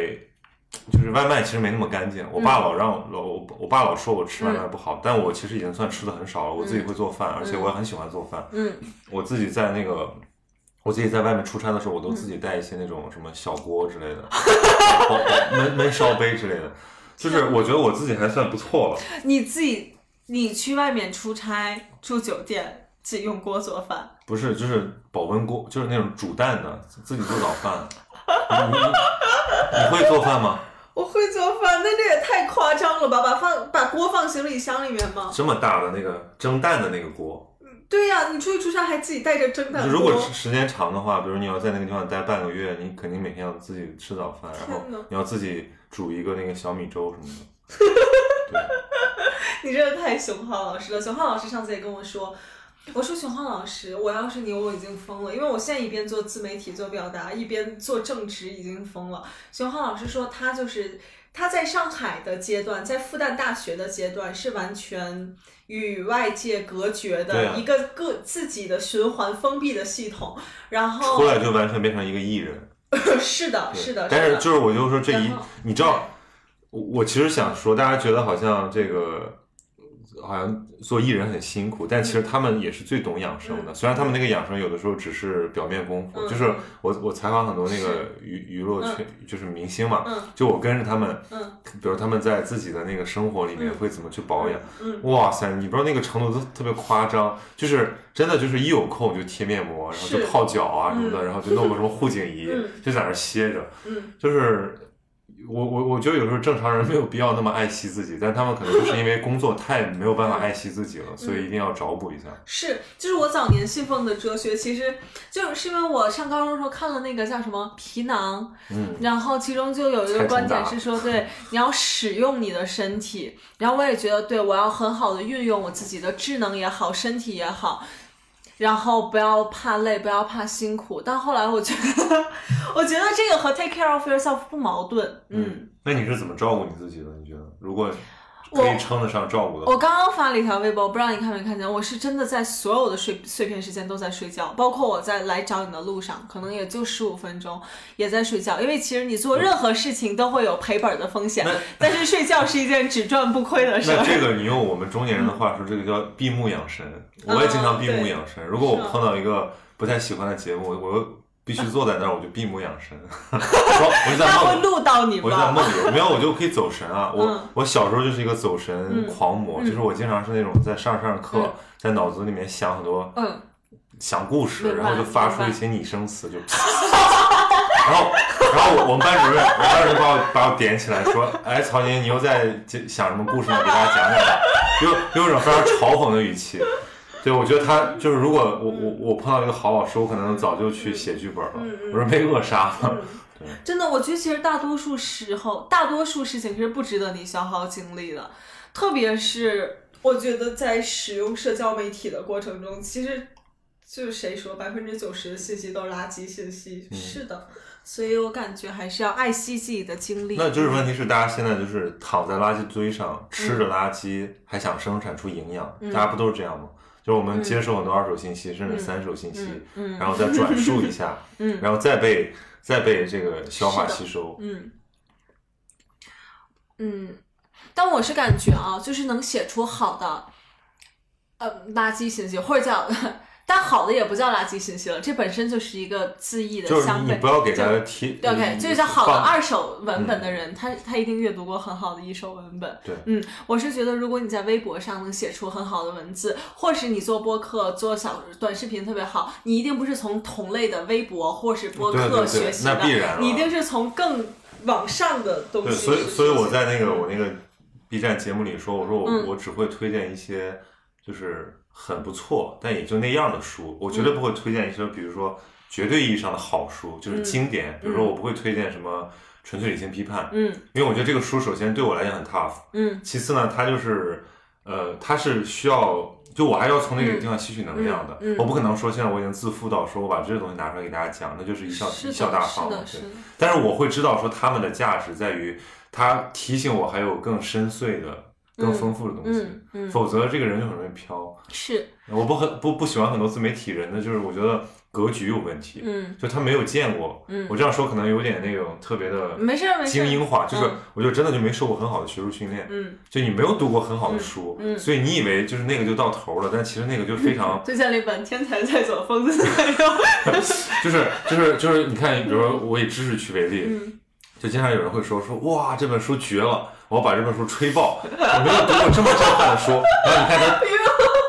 就是外卖其实没那么干净。我爸老让我老我我爸老说我吃外卖不好，但我其实已经算吃的很少了。我自己会做饭，而且我也很喜欢做饭。嗯我自己在那个我自己在外面出差的时候，我都自己带一些那种什么小锅之类的， 包包焖焖烧杯之类的。就是我觉得我自己还算不错了。你自己你去外面出差住酒店，自己用锅做饭。不是，就是保温锅，就是那种煮蛋的，自己做早饭。你你你会做饭吗？我会做饭，但这也太夸张了吧？把放把锅放行李箱里面吗？这么大的那个蒸蛋的那个锅，对呀、你出去出差还自己带着蒸蛋就锅。如果时时间长的话，比如你要在那个地方待半个月，你肯定每天要自己吃早饭，然后天哪你要自己煮一个那个小米粥什么的。 你真的太熊浩老师了。熊浩老师上次也跟我说，我说熊浩老师，我要是你，我已经疯了，因为我现在一边做自媒体做表达，一边做正职，已经疯了。熊浩老师说他就是他在上海的阶段，在复旦大学的阶段是完全与外界隔绝对啊的一个个自己的循环封闭的系统，然后出来就完全变成一个艺人。是的，对哦啊是的，但是是的就是我就说这一然后，你知道，我我其实想说，大家觉得好像这个好像做艺人很辛苦，但嗯其实他们也是最懂养生的。虽然他们那个养生有的时候只是表面功夫，嗯就是我我采访很多那个是娱娱乐圈、就是明星嘛，嗯就我跟着他们，嗯比如他们在自己的那个生活里面会怎么去保养，嗯哇塞，你不知道那个程度都特别夸张，就是真的就是一有空就贴面膜，然后就是泡脚啊什么的，嗯然后就弄个什么护颈 仪，嗯就在那儿歇着，嗯，就是。我我我觉得有时候正常人没有必要那么爱惜自己，但他们可能就是因为工作太没有办法爱惜自己 了，嗯所以一定要找补一下。是，就是我早年信奉的哲学，其实就是因为我上高中的时候看了那个叫什么《皮囊》，嗯，然后其中就有一蔡个崇观点达是说，对，你要使用你的身体。然后我也觉得，对我要很好的运用我自己的智能也好，身体也好，然后不要怕累，不要怕辛苦。但后来我觉得， 我觉得这个和 take care of yourself 不矛盾。嗯，那你是怎么照顾你自己的？你觉得如果我可以称得上照顾的话，我刚刚发了一条微博，我不知道你看没看见，我是真的在所有的碎碎片时间都在睡觉，包括我在来找你的路上，可能也就十五分钟也在睡觉，因为其实你做任何事情都会有赔本的风险那，但是睡觉是一件只赚不亏 的事那儿。这个你用我们中年人的话说，这个叫闭目养神。啊我也经常闭目养神。如果我碰到一个不太喜欢的节目，我我又必须坐在那儿，我就闭目养 神。我我就在他会梦里，录到你我就在吗？梦里，没有我就可以走神啊。我嗯我小时候就是一个走神狂魔，就是我经常是那种在上上课嗯，在脑子里面想很多嗯，想故事，明白然后就发出一些拟声词，就。 然后，然后我我们班主任，我们班主任把我把我点起来说：“哎，曹宁，你又在这想什么故事呢？给大家讲讲吧。”用用一种非常嘲讽的语气。对，我觉得他就是，如果我我我碰到一个好老师，我可能早就去写剧本了，嗯我是被扼杀了。真的，我觉得其实大多数时候，大多数事情是不值得你消耗精力的，特别是我觉得在使用社交媒体的过程中，其实就是谁说百分之九十的信息都是垃圾信息，嗯是的，所以我感觉还是要爱惜自己的精力。那就是问题是，大家现在就是躺在垃圾堆上，吃嗯着垃圾，还想生产出营养，大家不都是这样吗？就是我们接受很多二手信息，甚至三手信息，嗯然后再转述一下， 嗯然后再被再被这个消化是的吸收。嗯，嗯，但我是感觉啊，就是能写出好的，呃，垃圾信息或者叫， 但好的也不叫垃圾信息了，这本身就是一个字义的就是相你悖。你不要给就大家贴嗯对 OK，就是好的放嗯二手文本的人，他他一定阅读过很好的一手文本。对嗯，我是觉得如果你在微博上能写出很好的文字，或是你做播客、做小短视频特别好，你一定不是从同类的微博或是播对对客对学习的，那必然了你一定是从更往上的东西对，去学习。所以所以我在那个我那个 B 站节目里说，我说我、嗯我只会推荐一些就是很不错，但也就那样的书，我绝嗯对不会推荐一些比如说绝对意义上的好书，嗯就是经典。比如说我不会推荐什么纯粹理性批判，嗯因为我觉得这个书首先对我来讲很 tough，嗯其次呢，它就是呃，它是需要。就我还要从那个地方吸取能量的，嗯嗯嗯嗯我不可能说现在我已经自负到说我把这些东西拿出来给大家讲，那就是一笑是一的笑大方是了。的，是对的，但是我会知道说他们的价值在于他提醒我还有更深邃的、更丰富的东西，嗯嗯否则这个人就很容易飘。是我不很不不喜欢很多自媒体人的，就是我觉得格局有问题，嗯就他没有见过。嗯我这样说可能有点那种特别的没事儿没事儿精英化，就是嗯我就真的就没受过很好的学术训练，嗯，就你没有读过很好的书，嗯嗯所以你以为就是那个就到头了，但其实那个就非常推荐了一本《天才在左，疯子在右》。 就是就是就是你看，比如说我以知识区为例，嗯就经常有人会说说哇这本书绝了，我把这本书吹爆， 我没有读过这么震撼的书。然后你看哎他，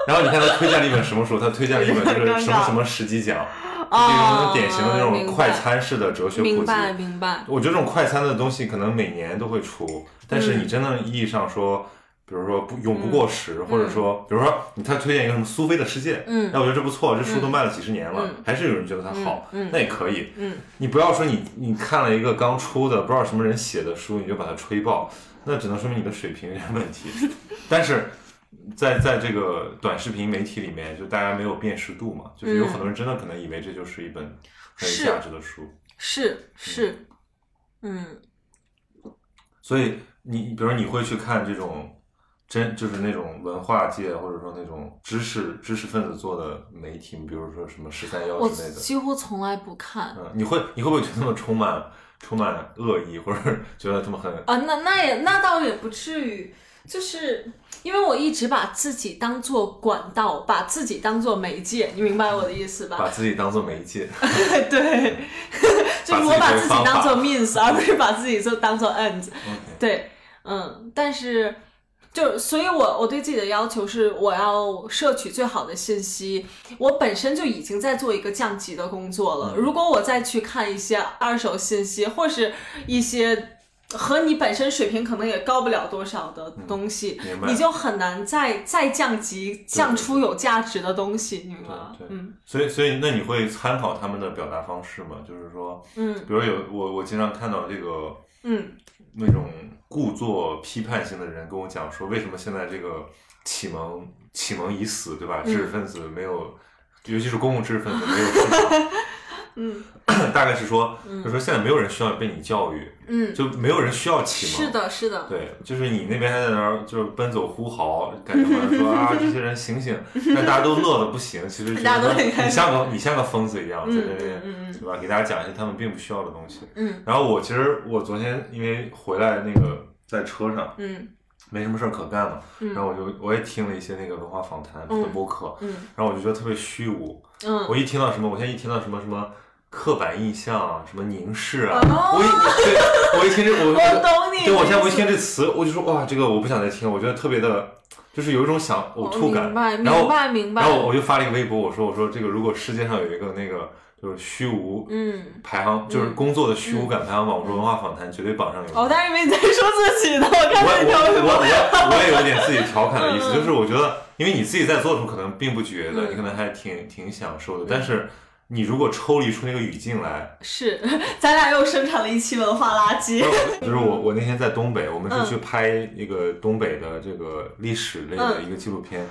然后你看他推荐了一本什么书？他推荐了一本就是什么什么十级奖，就是那啊种典型的那种快餐式的哲学普哦明及。白明白， 我觉得这种快餐的东西可能每年都会出，嗯但是你真的意义上说，比如说不永不过时，或者说，比如说你他推荐一个什么苏菲的世界，嗯那我觉得这不错，这书都卖了几十年了，嗯还是有人觉得它好，嗯嗯那也可以。嗯你不要说你你看了一个刚出的不知道什么人写的书，你就把它吹爆，那只能说明你的水平有点问 题。但是在在这个短视频媒体里面，就大家没有辨识度嘛，就是有嗯很多人真的可能以为这就是一本很是有价值的书。是是，嗯所以你比如你会去看这种真就是那种文化界或者说那种知识知识分子做的媒体，比如说什么十三幺我之类的，几乎从来不看嗯，你会你会不会觉得他们充满充满恶意，或者觉得他们很 啊，那那也那倒也不至于，就是因为我一直把自己当做管道，把自己当做媒介，你明白我的意思嗯把吧？自己当做媒介， 对，就是我把自己当做 means，而不是把自己做当做 ends。对，嗯，但是就所以我，我对自己的要求是，我要摄取最好的信息。我本身就已经在做一个降级的工作了，嗯如果我再去看一些二手信息，或是一些。和你本身水平可能也高不了多少的东西，嗯明白你就很难再再降级，降出有价值的东西，你明白吗？对对嗯所以所以那你会参考他们的表达方式吗？就是说，嗯比如有我我经常看到这个嗯那种故作批判性的人跟我讲说，为什么现在这个启蒙启蒙已死，对嗯吧？知识分子没有，尤其是公共知识分子没有市场。嗯 大概是说，就是说现在没有人需要被你教育，嗯，就没有人需要启蒙。是。的，是的，对，就是你那边还在那儿就是奔走呼嚎，感觉好像说 啊，这些人醒醒，但大家都乐的不行。其实就是大家都说很开你像个你像个疯子一样在嗯那边，嗯嗯嗯对吧？给大家讲一些他们并不需要的东西。嗯然后我其实我昨天因为回来那个在车上嗯没什么事儿可干了，嗯然后我就我也听了一些那个文化访谈嗯的播客，嗯然后我就觉得特别虚无。嗯我一听到什么，我现在一听到什么什么刻板印象啊，什么凝视啊，哦我一 对我一听这我我懂你对我现在我一意思听这词，我就说哇，这个我不想再听，我觉得特别的，就是有一种想呕吐我感。哦明白然后明白明白然后我就发了一个微博，我说我说这个如果世界上有一个那个就是虚无嗯，排行，就是工作的虚无感排行榜，我说文化访谈绝对榜上有名。哦，但是因为你在说自己的，我我看到你条微我博，我我我也有点自己调侃的意思，嗯就是我觉得，因为你自己在做的时候可能并不觉得，嗯你可能还挺挺享受的，但是你如果抽离出那个语境来，是，咱俩又生产了一期文化垃圾。就是我我那天在东北，我们嗯是去拍一个东北的这个历史类的嗯一个纪录片，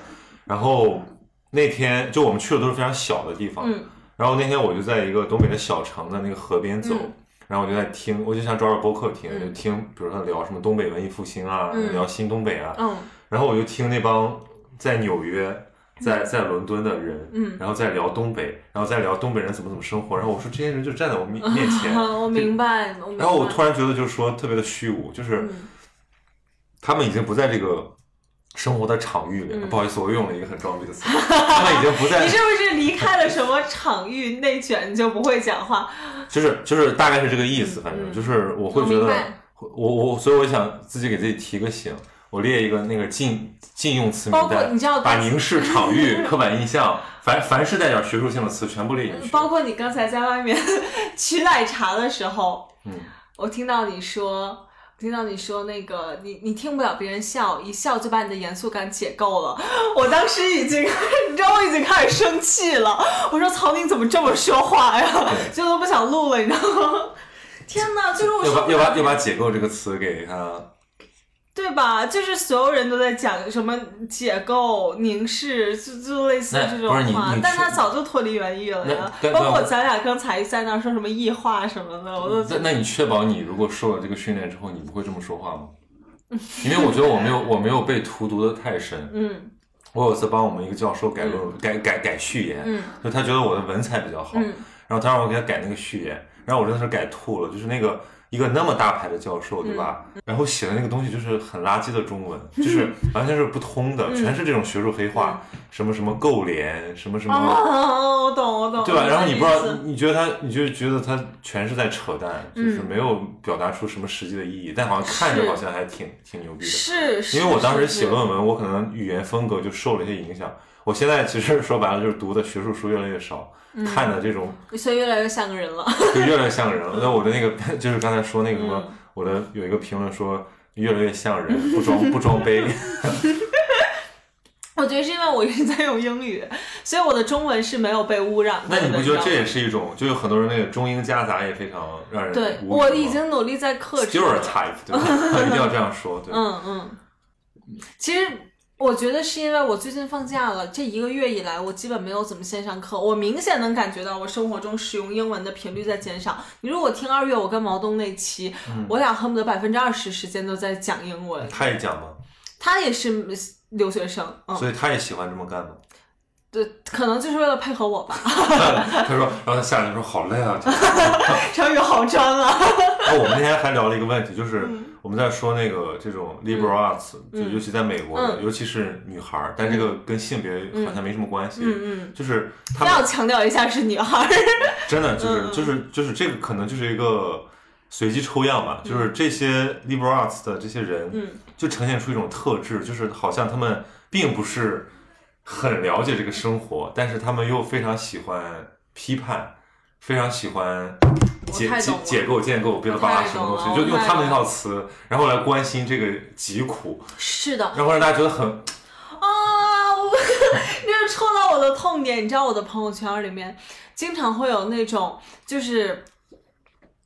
然后那天就我们去的都是非常小的地方，嗯然后那天我就在一个东北的小城的那个河边走。嗯然后我就在听，我就想找找播客听，嗯就听，比如说聊什么东北文艺复兴啊，嗯聊新东北啊，嗯然后我就听那帮在纽约、在在伦敦的人，嗯然后在聊东北，然后再聊东北人怎么怎么生活，然后我说这些人就站在 我面面前，啊，我明白。明白然后我突然觉得就是说特别的虚无，就是嗯他们已经不在这个生活的场域里了。嗯不好意思，我又用了一个很装逼的词，他们已经不在 你，是不是离开了什么场域内卷，你就不会讲话？就是就是大概是这个意思，反嗯正就是我会我觉明得白我我所以我想自己给自己提个醒。我列一个那个禁禁用词包名括单，你知道把凝视、场 域、刻板印象，凡凡是带点学术性的词全部列进去。包括你刚才在外面 取奶茶的时候，嗯，我听到你说。我听到你说那个，你你听不了别人笑，一笑就把你的严肃感解构了。我当时已经， 你知道我已经开始生气了。我说曹宁怎么这么说话呀？ 就都不想录了，你知道吗？天哪，就是我要说把要把要把“解构”这个词给它，对吧？就是所有人都在讲什么解构、凝视，就就类似那这种不是你话你，但说他早就脱离原意了呀那。那包括那咱俩刚才在那儿说什么异化什么的，我都那那你确保你如果受了这个训练之后，你不会这么说话吗？因为我觉得我没有我没有被荼毒的太深。嗯 我有一次帮我们一个教授改论、改改改序言，嗯就他觉得我的文采比较好，嗯然后他让我给他改那个序言，然后我真的是改吐了，就是那个一个那么大牌的教授，对吧？嗯然后写的那个东西就是很垃圾的中文， 就是完全是不通嗯的，全是这种学术黑话，什么什么勾连，什么什么。啊，我懂我懂，对吧？我然后懂你不知道意思，你觉得他，你就觉得他全是在扯淡，就是没有表达出什么实际的意义，但好像看着嗯是好像还挺挺牛逼的。是是，因为我当是时写论文，我可能语言风格就受了一些影响。我现在其实说白了，就是读的学术书越来越少，嗯看的这种所以越来越像个人了。 就越来越像人了。那我的那个就是刚才说那个什么，嗯我的有一个评论说越来越像人，不装不 装杯。我觉得是因为我一直在用英语，所以我的中文是没有被污染过那的。你不觉得这知道也吗？是一种，就有很多人那个中英夹杂也非常让人对，无语我嘛已经努力在克制了。 stereotype 对吧？一定要这样说对。嗯，嗯，其实我觉得是因为我最近放假了，这一个月以来我基本没有怎么线上课，我明显能感觉到我生活中使用英文的频率在减少。你如果听二月我跟毛东那期，嗯我俩恨不得百分之二十时间都在讲英文，他也讲嘛，他也是留学生，嗯，所以他也喜欢这么干嘛。对，可能就是为了配合我吧，他说，然后他下来说好累啊。这个张宇好装啊， 哦然后我们那天还聊了一个问题，就是我们在说那个这种 liberal arts，、就尤其在美国的，嗯嗯尤其是女孩儿，但这个跟性别好像没什么关系。嗯嗯，就是非他们要强调一下是女孩儿。真的就是、嗯嗯就是就是这个可能就是一个随机抽样吧，就是这些 liberal arts 的这些人，嗯就呈现出一种特质，就是好像他们并不是很了解这个生活，但是他们又非常喜欢批判，非常喜欢解我太解懂了解构、建构、巴拉巴我拉太什么懂了东啊西，就我用太他们那懂套词，然后来关心这个疾苦， 是的，然后让大家觉得很啊，我 就是戳到我的痛点。你知道我的朋友圈里面经常会有那种，就是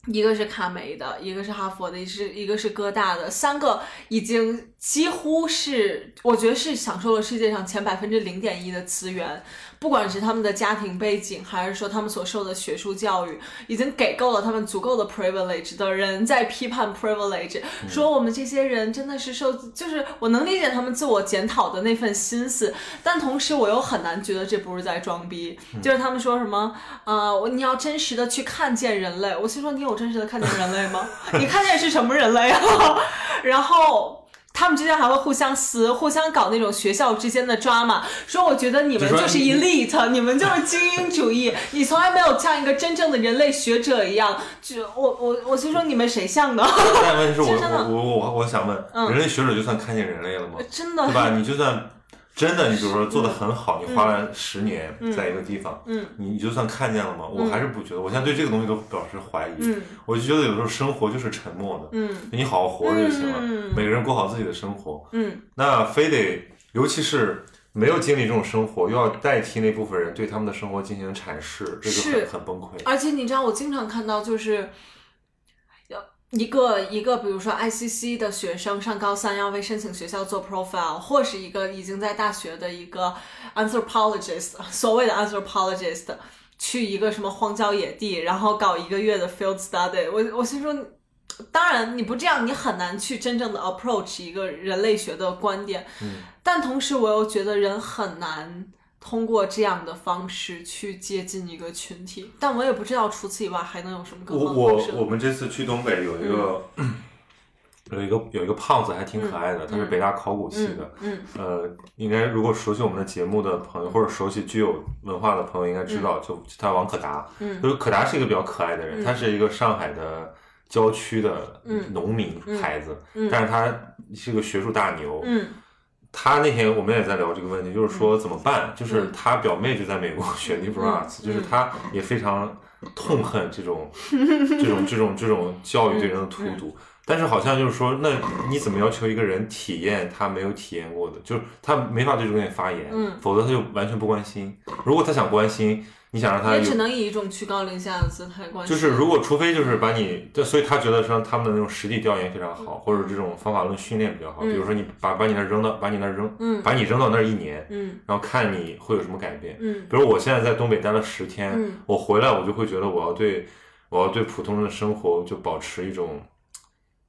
一个是卡梅的，一个是哈佛的，一是一个是哥大的，三个已经几乎是我觉得是享受了世界上前百分之零点一的资源，不管是他们的家庭背景，还是说他们所受的学术教育，已经给够了他们足够的 privilege 的人在批判 privilege，、说我们这些人真的是受，就是我能理解他们自我检讨的那份心思，但同时我又很难觉得这不是在装逼，嗯就是他们说什么，呃，我你要真实的去看见人类，我心说你有真实的看见人类 吗？你看见是什么人类啊？ 然后。他们之间还会互相撕，互相搞那种学校之间的 drama，说我觉得你们就说就是 elite，你们就是精英主义，你从来没有像一个真正的人类学者一样，就我我我心说你们谁像呢？但问题是我就真的我我我我想问，嗯人类学者就算看见人类了吗？ 真的对吧？你就算真的，你比如说做的很好，你花了十年在一个地方，嗯你你就算看见了吗？我还是不觉得，我现在对这个东西都表示怀疑。嗯我就觉得有时候生活就是沉默的，嗯你好好活着就行了，嗯每个人过好自己的生活。嗯那非得，尤其是没有经历这种生活，又要代替那部分人对他们的生活进行阐释，这就是很很崩溃。而且你知道，我经常看到就是，呃一个一个，比如说 ICC 的学生上高三要为申请学校做 profile，或是一个已经在大学的一个 anthropologist，所 谓的 anthropologist，去一个什么荒郊野地，然后搞一个月的 field study，我我心说。当然，你不这样，你很难去真正的 approach 一个人类学的观点。嗯但同时，我又觉得人很难通过这样的方式去接近一个群体。但我也不知道除此以外还能有什么更我好的方我式。我们这次去东北有一个、嗯 有一个有一个胖子还挺可爱的，他是北大考古系的，嗯呃，应该如果熟悉我们的节目的朋友，或者熟悉具有文化的朋友，应该知道，就他王可达，嗯就是可达是一个比较可爱的人，他是一个上海的郊区的嗯农民孩子，嗯但是他是个学术大牛。嗯他那天我们也在聊这个问题，就是说怎么嗯办？就是他表妹就在美国学 liberal arts，、就是他也非常痛恨这 种这种这种这种教育对人嗯的荼毒。但是好像就是说，那你怎么要求一个人体验他没有体验过的？就是他没法对这个东西发言，嗯否则他就完全不关心。如果他想关心，你想让他也有只能以一种居高临下的姿态关系。就是如果除非就是把你，对，所以他觉得说他们的那种实地调研非常好，或者这种方法论训练比较好。比如说你把把你那扔到把你那扔，嗯把你扔到那儿一年，嗯然后看你会有什么改变。嗯比如我现在在东北待了十天，嗯我回来我就会觉得我要对我要对普通人的生活就保持一种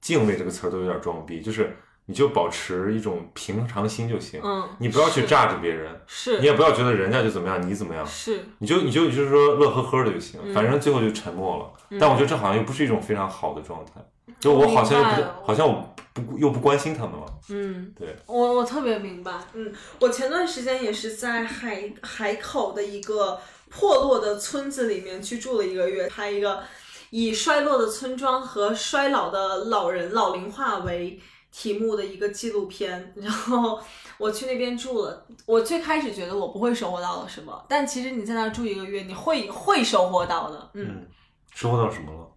敬畏，这个词儿都有点装逼，就是你就保持一种平常心就行，嗯，你不要去是榨着别人，你是也不要觉得人家就怎么样，你怎么样。是你就你就就是说乐呵呵的就行，反嗯正最后就沉默了。但我觉得这好像又不是一种非常好的状态，就我好像又明白不好像我不又不关心他们了。嗯。对，我我特别明白，嗯，我前段时间也是在海海口的一个破落的村子里面去住了一个月，拍一个以衰落的村庄和衰老的老人老龄化为题目的一个纪录片，然后我去那边住了。我最开始觉得我不会收获到了什么，但其实你在那儿住一个月，你会会收获到的，嗯嗯，收获到什么了？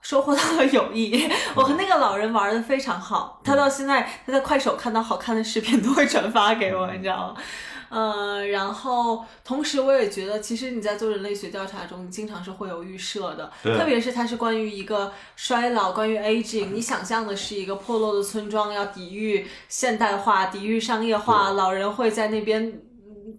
收获到了友谊。我嗯和那个老人玩的非常好，他到现在他在快手看到好看的视频都会转发给我，你知道吗？呃，然后同时我也觉得，其实你在做人类学调查中，你经常是会有预设的，对特别是它是关于一个衰老，关于 aging，你想象的是一个破落的村庄要抵御现代化、抵御商业化，对老人会在那边。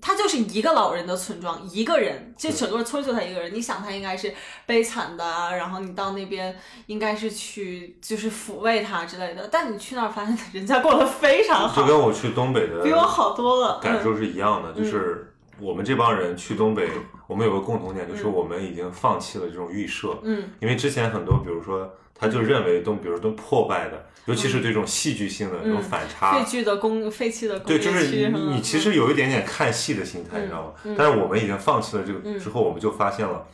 他就是一个老人的村庄，一个人，这对整个村儿就他一个人。你想，他应该是悲惨的啊，然后你到那边应该是去就是抚慰他之类的，但你去那儿发现人家过得非常 就好，跟我去东北的比我好多了。嗯感受是一样的，就是我们这帮人去东北，我们有个共同点，就是我们已经放弃了这种预设，嗯，因为之前很多，比如说他就认为东，比如说东破败的，尤其是对这种戏剧性的那种反差，废嗯剧的工废弃的工对，业就是区你啊是吧嗯你其实有一点点看戏的心态，你知道吗？但是我们已经放弃了这嗯个之后，我们就发现了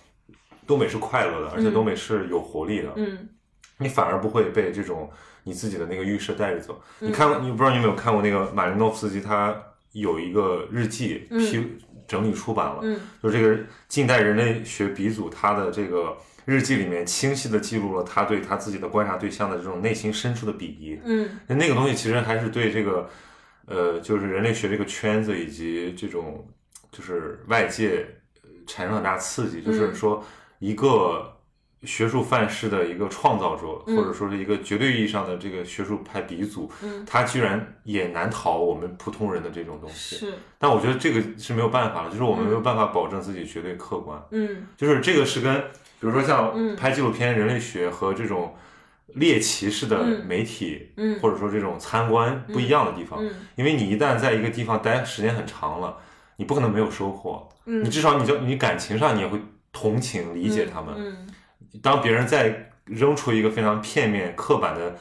东北是快乐的，而且东北是有活力的，嗯你反而不会被这种你自己的那个预设带着走。嗯你看，过，你不知道你有没有看过那个马林诺夫斯基，他有一个日记批整理出版了，嗯就这个近代人类学鼻祖他的这个日记里面清晰的记录了他对他自己的观察对象的这种内心深处的鄙夷。嗯那个东西其实还是对这个，呃，就是人类学这个圈子以及这种就是外界呃产生很大刺激，嗯就是说一个学术范式的一个创造者，嗯或者说是一个绝对意义上的这个学术派鼻祖，嗯，他居然也难逃我们普通人的这种东西。是但我觉得这个是没有办法的，就是我们嗯没有办法保证自己绝对客观。嗯就是这个是跟，比如说像嗯拍纪录片、人类学和这种猎奇式的嗯媒体，嗯或者说这种参观不一样的地方。嗯因为你一旦在一个地方待时间很长了，你不可能没有收获。嗯，你至少你就你感情上你也会同情理解他们。嗯当别人在扔出一个非常片面、刻板的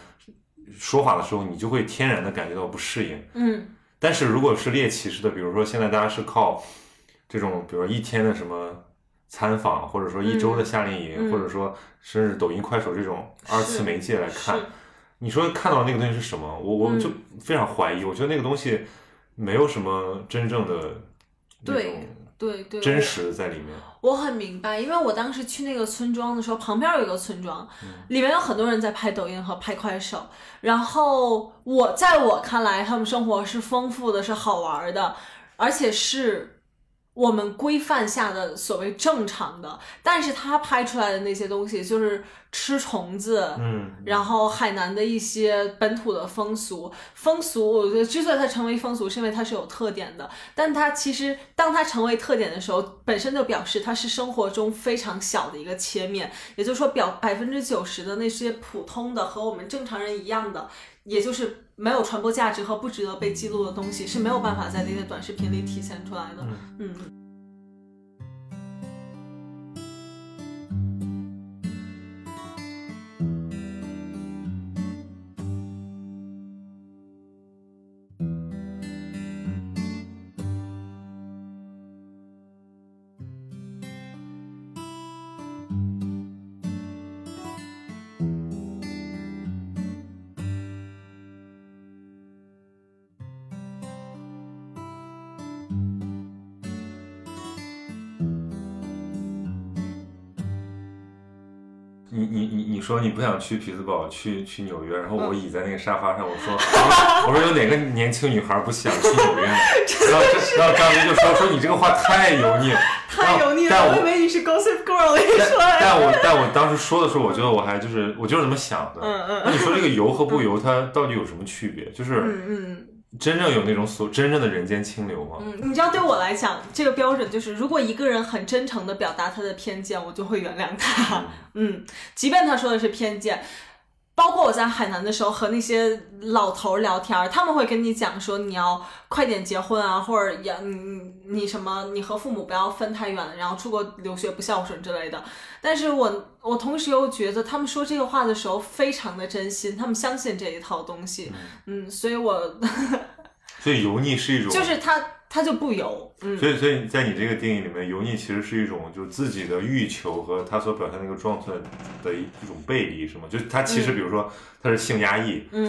说法的时候，你就会天然的感觉到不适应。嗯但是如果是猎奇式的，比如说现在大家是靠这种，比如说一天的什么参访，或者说一周的夏令营，嗯嗯或者说甚至抖音、快手这种二次媒介来嗯看是，你说看到那个东西是什么？我我嗯就非常怀疑，我觉得那个东西没有什么真正的那对种对对真实在里面。我很明白，因为我当时去那个村庄的时候，旁边有一个村庄，里面有很多人在拍抖音和拍快手。然后我在我看来，他们生活是丰富的，是好玩的，而且是我们规范下的所谓正常的。但是他拍出来的那些东西，就是吃虫子，嗯，然后海南的一些本土的风俗，风俗我觉得之所以它成为风俗，是因为它是有特点的。但它其实当它成为特点的时候，本身就表示它是生活中非常小的一个切面，也就是说表百分之九十的那些普通的和我们正常人一样的，也就是没有传播价值和不值得被记录的东西，是没有办法在这些短视频里体现出来的。嗯。你你你你说你不想去匹兹堡，去去纽约，然后嗯我倚在那个沙发上，我说、啊我说有哪个年轻女孩不想去 纽约呢？然后然后张斌就说说你这个话太油腻了， 太油腻了，但我我以为你是 Gossip Girl 里但出来的。但我但我当时说的时候，我觉得我还就是我就是这么想的。嗯嗯那你说这个油和不油，它到底有什么区别？就是嗯嗯。真正有那种所真正的人间清流吗？嗯，你知道对我来讲，这个标准就是，如果一个人很真诚的表达他的偏见，我就会原谅他。嗯，即便他说的是偏见，包括我在海南的时候和那些老头儿聊天儿，他们会跟你讲说你要快点结婚啊，或者要你你你什么，你和父母不要分太远，然后出国留学不孝顺之类的。但是我我同时又觉得他们说这个话的时候非常的真心，他们相信这一套东西。嗯，所以我 所以油腻是一种，就是他他就不油，嗯。所以所以在你这个定义里面，油腻其实是一种就是自己的欲求和他所表现的一个状态的一一种背离，是吗？就是他其实嗯比如说他是性压抑，嗯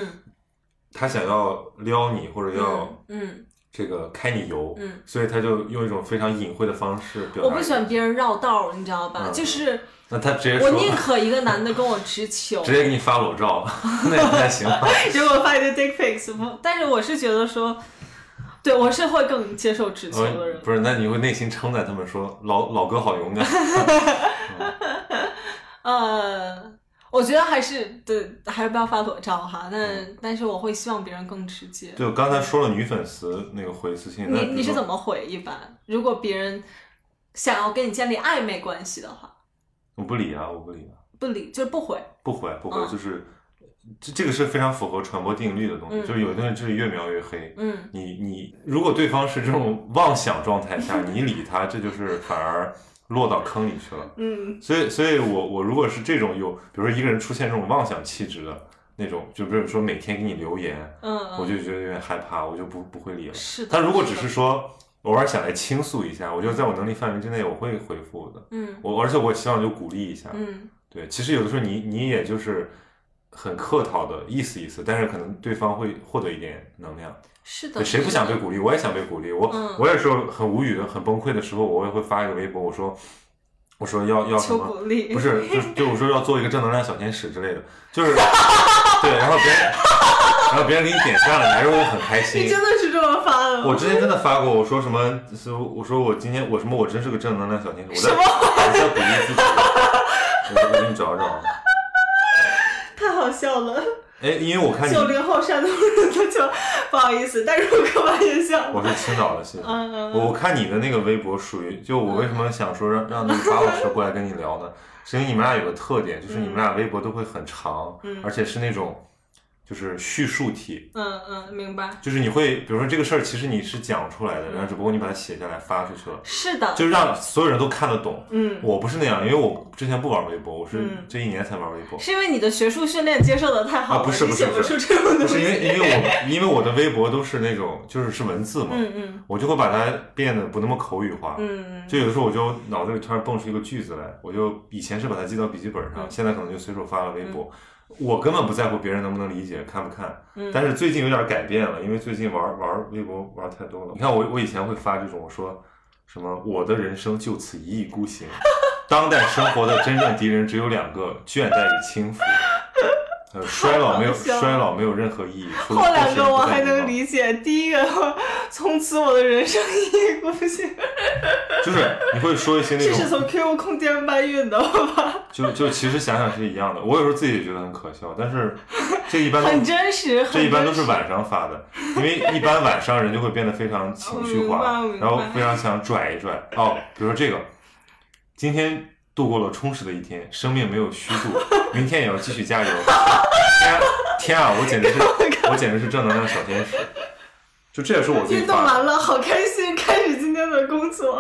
他想要撩你或者要嗯，这个开你油，嗯所以他就用一种非常隐晦的方式表达。我不喜欢别人绕道儿，你知道吧？嗯就是那他直接我说，宁可一个男的跟我直球， 直接给你发裸照， 那也不太行吧？结果发一堆 dick pics 不。但是我是觉得说，对我是会更接受直球的人嗯，。不是，那你会内心称赞他们说老老哥好勇 敢。嗯呃，我觉得还是对，还是不要发裸照哈。嗯但但是我会希望别人更直接。就刚才说了女粉丝那个回私信，那你比如你是说怎么回？一般如果别人想要跟你建立暧昧关系的话，我不理啊，我不理啊，不理就是不回。不回不回，嗯就是这这个是非常符合传播定律的东西，嗯就是有的人就是越描越黑。嗯你你如果对方是这种妄想状态下，你理他，这就是反而落到坑里去了。嗯所以，所以我我如果是这种有，比如说一个人出现这种妄想气质的那种，就比如说每天给你留言，嗯，我就觉得有点害怕，我就不不会理了。是的。但如果只的是说偶尔想来倾诉一下，我觉得在我能力范围之内，我会回复的。嗯我而且我希望就鼓励一下，嗯对，其实有的时候你你也就是很客套的意思意思，但是可能对方会获得一点能量。是的，对，谁不是想的被鼓励？我也想被鼓励。我、嗯我有时候很无语、很崩溃的时候，我也会发一个微博，我说我说要要什求么？鼓励？不是，就是对我说要做一个正能量小天使之类的，就是对，然后别人然后别人给你点赞了，你还是会很开 心。你真的是这么发的吗？我之前真的发过，我说什么，是我说我今天我什么，我真是个正能量小天使，我在我在鼓励自己，我我给你找找。太好笑了。哎，因为我看你，九零后山东人都就不好意思，但是我刻板印象。我是青岛的，现在嗯嗯我我看你的那个微博属于，就我为什么想说让让那个巴老师过来跟你聊呢？是因为你们俩有个特点，就是你们俩微博都会很长，嗯而且是那种就是叙述体，嗯嗯，明白。就是你会比如说这个事儿，其实你是讲出来的，嗯然后只不过你把它写下来发出去了，是的，就是让所有人都看得懂。嗯，我不是那样，因为我之前不玩微博，我是嗯这一年才玩微博。是因为你的学术训练接受的太好了，啊不是你不是写不出是这种东不西。是因为因为我因为我的微博都是那种就是是文字嘛，嗯嗯我就会把它变得不那么口语化。嗯，就有的时候我就脑子里突然蹦出一个句子来，我就以前是把它记到笔记本上，嗯现在可能就随手发了微博。我根本不在乎别人能不能理解，看不看。嗯但是最近有点改变了，因为最近玩玩微博玩太多了。你看我我以前会发这种，我说什么我的人生就此一意 孤行，当代生活的真正敌人只有两个：倦怠与 轻浮。呃，衰老没有太好笑了衰老没有任何意义，除了后两个脱贫我不再还迷能茫理解，第一个我从此我的人生一意孤行，就是你会说一些那这种是从 QQ 空间搬运的吧？就就其实想想是一样的，我有时候自己也觉得很可笑，但是这一般 很都真实，很这一般都真是实晚上发的，因为一般晚上人就会变得非常情绪化我明白我明，白然后非常想拽一拽。哦，比如说这个，今天度过了充实的一天，生命没有虚度，明天也要继续加油。 天啊，天啊，我简 直是我简直是正能量小天使。就这也是我自己运动发完的，了，好开心，开始今天的工作。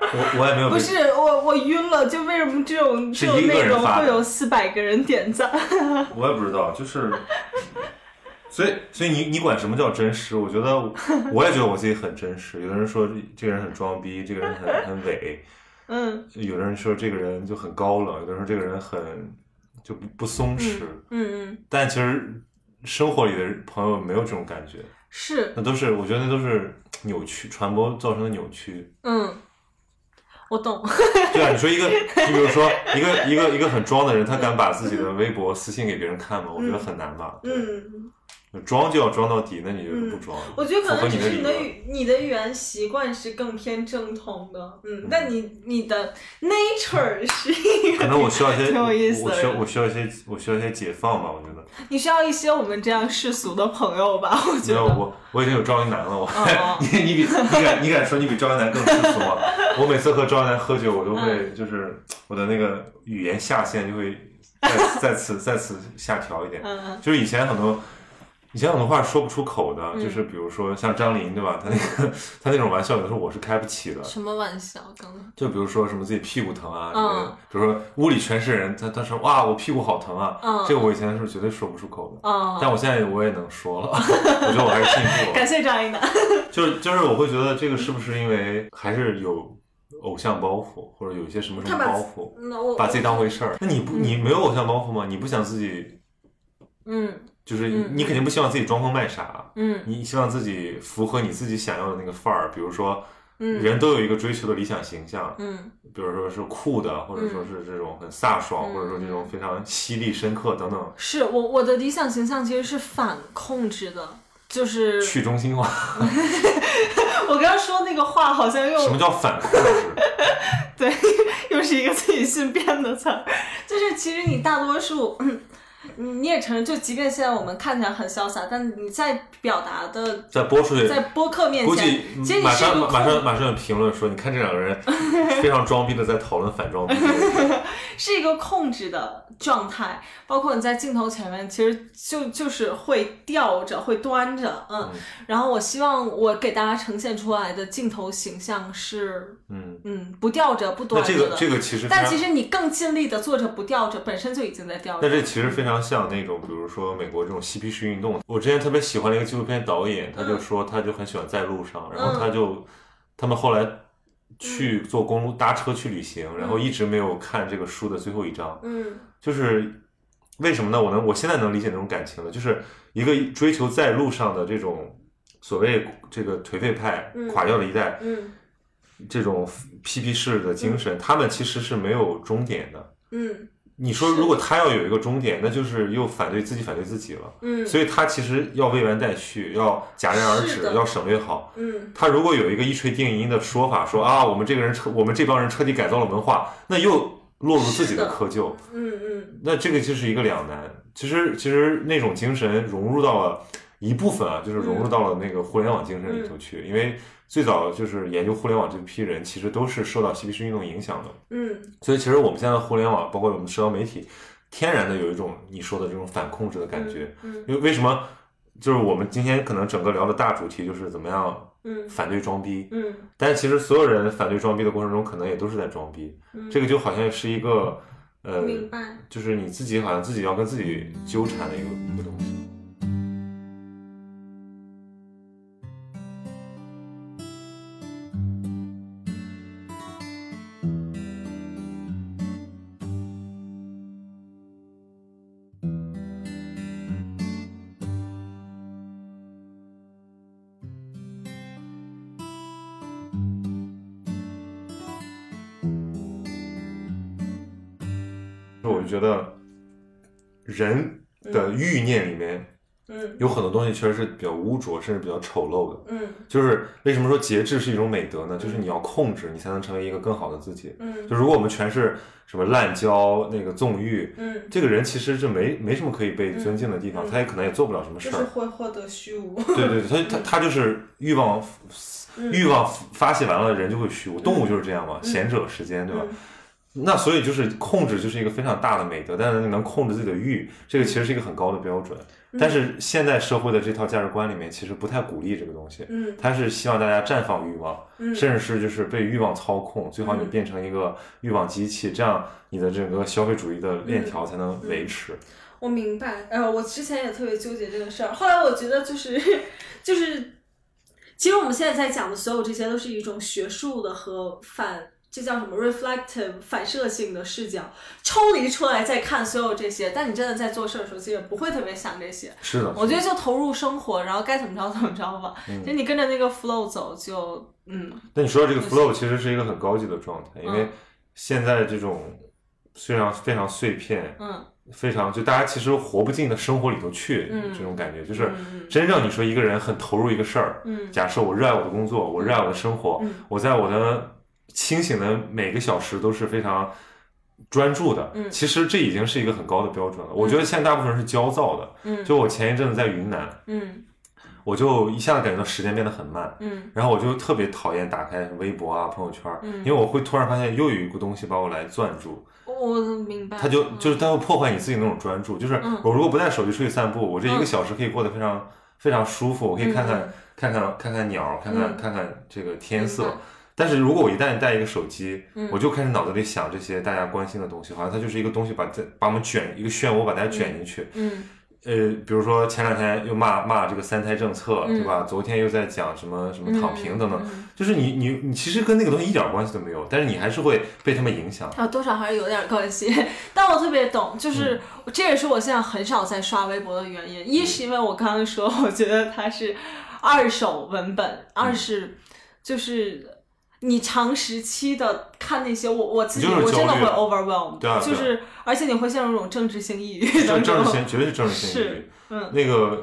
我我也没有被不是我，我晕了，就为什么这种是这种一个内人容发的会有四百个人点赞？ 我也不知道，就是， 所以所以你你管什么叫真实？我觉 得我我也觉得我自己很真实。有的人说这这个人很装逼，这 个人很很伪；嗯有的人说这个人就很高冷，有的人说这个人很就不不松弛。嗯嗯，但其实生活里的朋友没有这种感觉，是，那都是我觉得那都是扭曲传播造成的扭曲。嗯，我懂。对啊，你说 一个，你比如说一个一个一个很装的人，他敢把自己的微博私信给别人看吗？我觉得很难吧。对。嗯，装就要装到底，那你就是不装。我觉得可符合能只你的是你理的论语你的语言习惯是更偏正统的，嗯，但你你的 nature 是一可个，能我需要一些，挺有意思的我需要我需要一些，我需要一些解放吧。我觉 得， 你需要一些我们这样世俗的朋友吧？我觉没有得，我我已经有赵一楠了。我、哦 你你比你敢你敢说你比赵一楠更世俗吗？我每次和赵一楠喝酒，我都嗯会就是我的那个语言下限就会再再次再次下调一点。嗯嗯 就是以前很多。以前很多话说不出口的，就是比如说像张琳，对吧？她那个她那种玩笑，有的时候我是开不起的。什么玩笑？刚刚就比如说什么自己屁股疼啊，嗯这个比如说屋里全是人，他他说哇我屁股好疼啊，嗯这个我以前是绝对说不出口的，啊，但我现在我也能说了，我觉得我还是进步感了。谢张一楠。就是就是我会觉得这个是不是因为还是有偶像包袱，或者有一些什么什他么把嗯包袱，那我把自己当回事儿？那你不你没有偶像包袱吗？你不想自己嗯就是嗯你肯定不希望自己装疯卖傻，嗯你希望自己符合你自己想要的那个范儿，比如说。嗯人都有一个追求的理想形象，嗯比如说是酷的，或者说是这种很飒爽，嗯或者说这种非常犀利深刻等等，是我我的理想形象其实是反控制的，就是去中心化。我刚刚说那个话好像什么又叫反 控制？对，又是一个自己训编的词儿，就是其实你大多数。你你也承认，就即便现在我们看起来很潇洒，但你在表达的，再播出去，在播客面估前计，嗯其实你马是一上个马上控，马上有评论说，你看这两个人非常装逼的在讨论反 装逼，是一个控制的状态。包括你在镜头前面，其实就就是会吊着，会端着，嗯。嗯然后我希望我给大家呈现出来的镜头形象是，嗯，嗯，不吊着，不那端着这的。个这个其实非但常其实你更尽力的做着不吊着，本身就已经在吊着。那这其实非常像那种，比如说美国这种嬉皮士运动。我之前特别喜欢的一个纪录片导演，嗯他就说他就很喜欢在路上，然后他就他们后来嗯去坐公路搭车去旅行，然后一直没有看这个书的最后一章，嗯就是为什么呢？我能我现在能理解那种感情了，就是一个追求在路上的这种所谓这个颓废派嗯垮掉的一代，嗯这种嬉皮士的精神，他们其实是没有终点的。嗯你说，是如果他要有一个终点，那就是又反对自己，反对自己了。嗯所以他其实要未完待续，要戛然而是止，的要省略好。嗯，他如果有一个一锤定音的说法，说啊，我们这个人彻，我们这帮人彻底改造了文化，那又落入自己的是的窠臼。嗯嗯那这个就是一个两难。其实，其实那种精神融入到了一部分啊，就是融嗯入到了那个互联网精神里头去。因为最早就是研究互联网这批人，其实都是受到嬉皮士运动影响的。嗯，所以，其实我们现在的互联网，包括我们社交媒体，天然的有一种你说的这种反控制的感觉。嗯因为为什么？就是我们今天可能整个聊的大主题就是怎么样嗯反对装逼，嗯但是其实所有人反对装逼的过程中，可能也都是在装逼。嗯，这个就好像是一个呃明白。就是你自己好像自己要跟自己纠缠的一个一个东西。我就觉得人的欲念里面嗯有很多东西确实是比较污浊，甚至比较丑陋的。嗯就是为什么说节制是一种美德呢？就是你要控制，你才能成为一个更好的自己。嗯就如果我们全是什么滥交、那个纵欲，嗯，这个人其实就没没什么可以被尊敬的地方，嗯他也可能也做不了什么就事是儿。会获得虚无。 对对对，他他他就是欲望嗯欲望发泄完了，人就会虚无。动物就是这样嘛，贤者时间，对吧？嗯那所以就是控制，就是一个非常大的美德，但是能控制自己的欲，这个其实是一个很高的标准。嗯但是现代社会的这套价值观里面，其实不太鼓励这个东西，嗯它是希望大家绽放欲望，嗯甚至是就是被欲望操控，最好你变成一个欲望机器，这样你的整个消费主义的链嗯条才能维持。我明白，呃，我之前也特别纠结这个事儿，后来我觉得就是就是，其实我们现在在讲的所有这些都是一种学术的和反，这叫什么 reflective 反射性的视角，抽离出来再看所有这些。但你真的在做事儿的时候，其实也不会特别想这些。是的，我觉得就投入生活，然后该怎么着怎么着吧。嗯就你跟着那个 flow 走就，嗯那你说的这个 flow 其实是一个很高级的状态，因为嗯现在这种虽然非常碎片，嗯非常就大家其实活不进的生活里头去，嗯这种感觉就是嗯真正你说一个人很投入一个事儿，嗯假设我热爱我的工作，我热爱我的生活，嗯我在我的清醒的每个小时都是非常专注的，嗯其实这已经是一个很高的标准了。我觉得现在大部分人是焦躁的，嗯就我前一阵子在云南，嗯我就一下子感觉到时间变得很慢，嗯然后我就特别讨厌打开微博啊、朋友圈儿，嗯因为我会突然发现又有一个东西把我来攥住，我明白。它就就是它会破坏你自己那种专注。就是啊嗯我如果不带手机出去散步，我这一个嗯小时可以过得非常非常舒服，我可以看嗯看看看看看鸟儿，看看嗯看看这个天明色白。但是如果我一旦带一个手机嗯，我就开始脑子里想这些大家关心的东西，好像它就是一个东西把这把我们卷一个漩涡，把大家卷进去。嗯嗯呃，比如说前两天又骂骂这个三胎政策，对吧？昨天又在讲什么什么躺平等等，嗯嗯嗯就是你你你其实跟那个东西一点关系都没有，但是你还是会被他们影响。啊，多少还是有点关系，但我特别懂，嗯就是、这也是我现在很少在刷微博的原因。嗯一是因为我刚刚说，我觉得它是二手文本，嗯二是就是你长时期的看那些，我我自己你就是我真的焦虑会了 overwhelm，对啊对啊就是而且你会陷入一种政治性抑郁当中。政政治性绝对是政治性抑是郁，嗯那个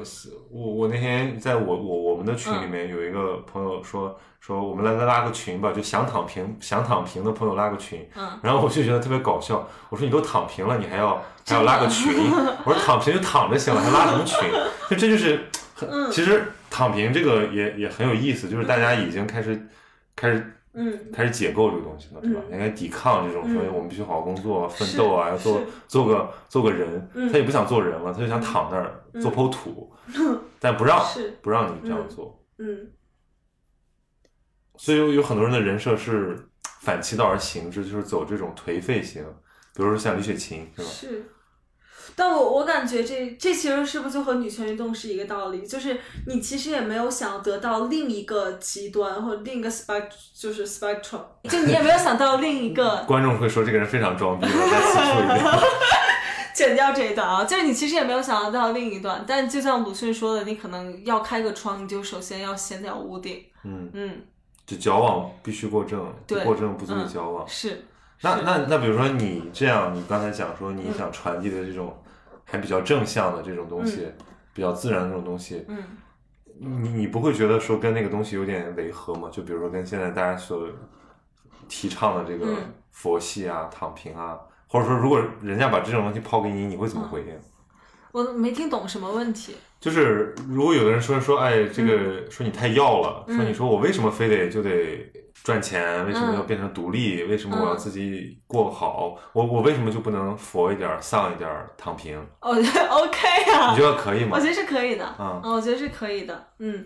我我那天在我我我们的群嗯里面有一个朋友说说我们来拉个群吧，就想躺平想躺平的朋友拉个群，嗯，然后我就觉得特别搞笑，我说你都躺平了，你还要还要拉个群？ 我说躺平就躺着行了，还拉什么群？ 就这就是很，嗯其实躺平这个也也很有意思，就是大家已经开始开始嗯，开始解构这个东西了，对吧？应该抵抗这种说嗯我们必须好好工作、奋斗啊，是要做是做个做个人嗯。他也不想做人了，他就想躺那儿做 剖土，但不让是不让你这样做，嗯所以有有很多人的人设是反其道而行之，就是走这种颓废型，比如说像李雪琴，是吧？是。但我我感觉这这其实是不是就和女权运动是一个道理？就是你其实也没有想得到另一个极端或者另一个 spect 就是 spectrum，就你也没有想到另一 个观众会说这个人非常装逼，我再此处一 遍。剪掉这一段啊，就是你其实也没有想到另一段，但就像鲁迅说的，你可能要开个窗，你就首先要掀掉屋顶。嗯，嗯，就矫枉必须过正，不对过正不足以嗯矫枉。是，那是那那，比如说你这样，你刚才讲说你想传递的这种还比较正向的这种东西，比较自然的这种东西，嗯你你不会觉得说跟那个东西有点违和吗？就比如说跟现在大家所提倡的这个嗯佛系啊、躺平啊，或者说如果人家把这种东西抛给你，你会怎么回应？我没听懂什么问题。就是如果有的人说说，哎，这个、说你太要了，嗯说你说我为什么非得就得赚钱，为什么嗯要变成独立，为什么我要嗯自己过好，我我为什么就不能佛一点儿、丧一点儿、躺平？哦 ，OK 啊你，觉得可以吗我觉？得是可以的。啊、嗯，我觉得是可以的。嗯，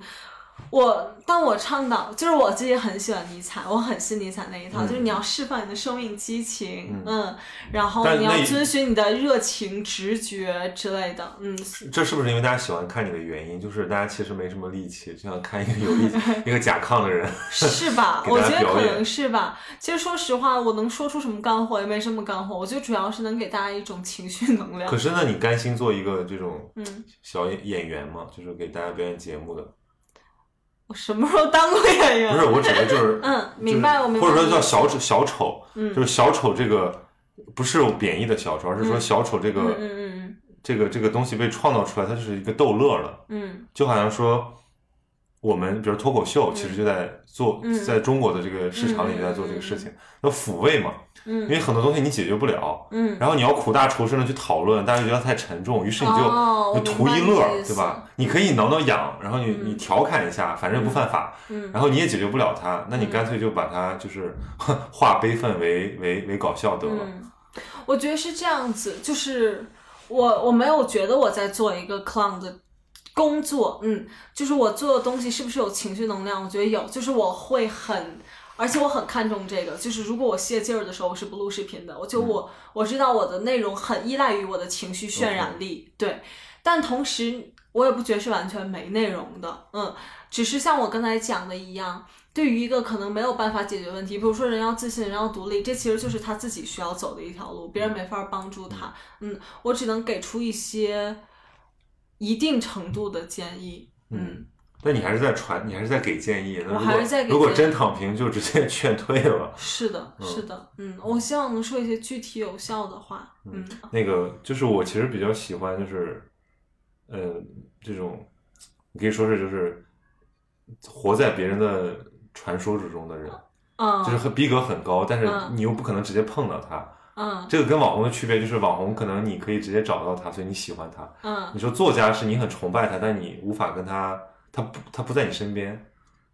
我但我倡导就是我自己很喜欢尼采，我很信尼采那一套，嗯就是你要释放你的生命激情，嗯嗯，然后但你要那遵循你的热情、直觉之类的。嗯，这是不是因为大家喜欢看你的原因？就是大家其实没什么力气，就想看一个有 力、一个甲亢的人。是吧 ？给我大觉家得表可演能是吧。其实说实话，我能说出什么干货也没什么干货，我觉得主要是能给大家一种情绪能量可。是，那你甘心做一个这种嗯小演演员吗？就是给大家表演节目的？我什么时候当过演员？不是，我指的就是，啊嗯就是明白我明白或者说叫小丑，小丑，嗯就是小丑这个不是有贬义的小丑，而是说嗯小丑这个、嗯嗯这个这个东西被创造出来，它就是一个逗乐了，嗯嗯就好像说我们比如脱口秀，其实就在做、嗯在中国的这个市场里在做这个事情，那、抚慰嘛，因嗯为很多东西你解决不了，嗯然后你要苦大仇深的去讨论，大家觉得太沉重，于是你就、哦我你图一明白你乐的意，对思吧？你可以挠挠痒，然后你、嗯你调侃一下，反正也不犯法，嗯然后你也解决不了它，那你干脆就把它就是化悲愤为为为搞笑得了。嗯，我觉得是这样子，就是我我没有觉得我在做一个 clown 的工作，嗯，就是我做的东西是不是有情绪能量？我觉得有，就是我会很。而且我很看重这个，就是如果我泄劲儿的时候，我是不录视频的。我就我、我知道我的内容很依赖于我的情绪渲染力对。但同时，我也不觉得是完全没内容的，嗯，只是像我刚才讲的一样，对于一个可能没有办法解决问题，比如说人要自信，人要独立，这其实就是他自己需要走的一条路，别人没法帮助他。嗯，我只能给出一些一定程度的建议。嗯，那你还是在传，你还是在给建议。那我如还果是在给如果建议真躺平，就直接 劝退了。是的，是的，嗯，我希望能说一些具体有效的话。嗯那个就是我其实比较喜欢，就是呃这种，你可以说是就是活在别人的传说之中的人，嗯就是很逼格很高，但是嗯你又不可能直接碰到他。嗯这个跟网红的区别就是，网红可能你可以直接找到他，所以你喜欢他。嗯，你说作家是你很崇拜他，但你无法跟他，他不他不在你身边。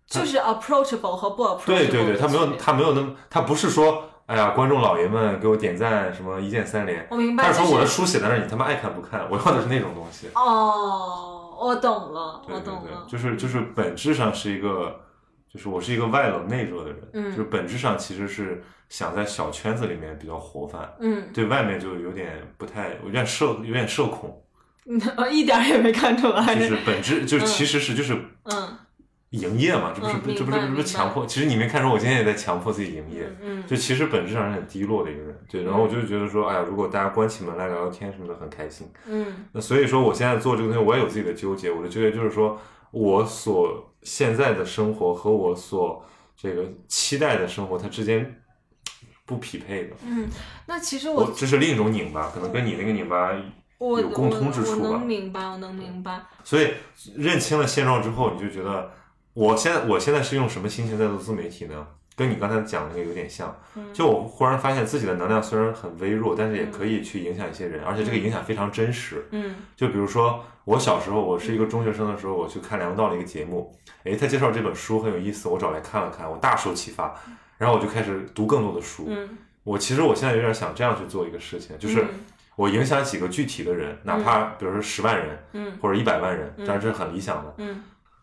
就是 approachable 和不 approachable 对对对，的他没区有别他没有那么，他不是说哎呀观众老爷们给我点赞什么一键三连，我明白他是说就是我的书写在那儿，你他妈爱看不看，我要的是那种东西。哦，我懂了，对我对懂对了，，就是就是本质上是一个，就是我是一个外冷内热的人，嗯就是本质上其实是想在小圈子里面比较活泛，嗯，对外面就有点不太有点社有点社恐， 哦一点儿也没看出来，就是本质就是其实是就是嗯营业嘛，这不是、嗯明白这不是这不明白是强迫？其实你没看出我今天也在强迫自己营业，嗯就其实本质上是很低落的一个人。对，然后我就觉得说，哎呀，如果大家关起门来聊聊天什么的，很开心。嗯那所以说，我现在做这个东西，我也有自己的纠结。我的纠结就是说，我所现在的生活和我所这个期待的生活，它之间不匹配的。嗯，那其实我我这是另一种拧巴，可能跟你那个拧巴我有共通之我处我吧能。明白，我能明白。所以认清了现状之后，你就觉得我现在我现在是用什么心情在做自媒体呢？跟你刚才讲的那个有点像，嗯就我忽然发现自己的能量虽然很微弱，但是也可以去影响一些人，而且这个影响非常真实。嗯就比如说，我小时候，我是一个中学生的时候，我去看梁文道的一个节目，诶，他介绍这本书很有意思，我找来看了看，我大受启发，然后我就开始读更多的书。嗯，我其实我现在有点想这样去做一个事情，就是嗯我影响几个具体的人，哪怕比如说十万人，嗯或者一百万人，嗯当然这是很理想的。嗯，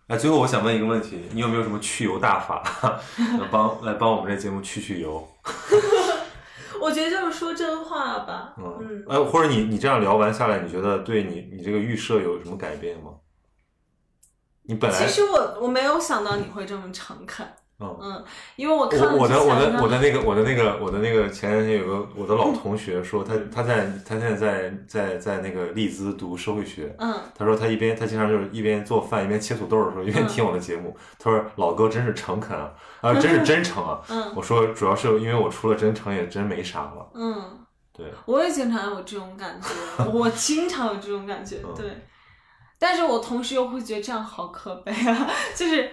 哎，最后我想问一个问题，你有没有什么去油大法， 来帮来帮我们这节目去去油？我觉得就是说真话吧。嗯嗯，哎，或者你你这样聊完下来，你觉得对你你这个预设有什么改变吗？你本来其实我我没有想到你会这么诚恳，嗯，嗯，因为我看了我我的之前我的我的那个我的那个我的那个前两天有个我的老同学说他他在他现在在在在那个利兹读社会学，嗯，他说他一边他经常就是一边做饭一边切土豆的时候一边嗯听我的节目，他说老哥真是诚恳啊，啊真是真诚啊， 嗯我说主要是因为我除了真诚也真没啥了，嗯，对，我也经常有这种感 觉，我经常有这种感觉嗯，对。但是我同时又会觉得这样好可悲啊， 就是，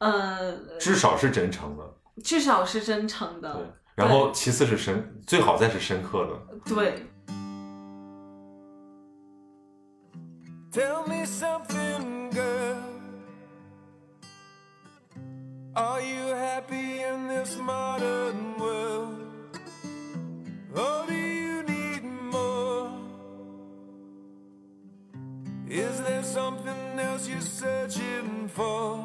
呃，至少是真诚的，至少是真诚对的，，然后其次是深，最好再是深刻的。对。 Tell me something, girl. Are you happy in this modern world? Or do you need more? Is there something else you're searching for?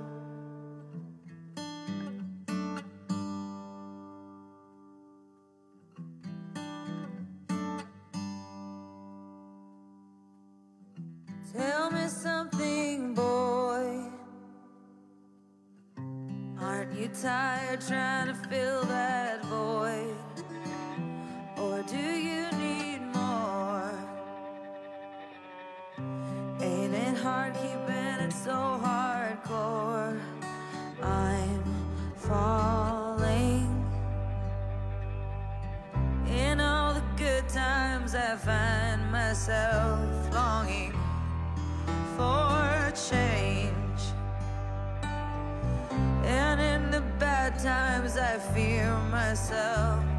Tell me something, boy. Aren't you tired trying to fill that void? Or do you need more? Ain't it hard keeping it so hardcore? I'm falling. In all the good times, I find myself longing for change. And in the bad times, I fear myself.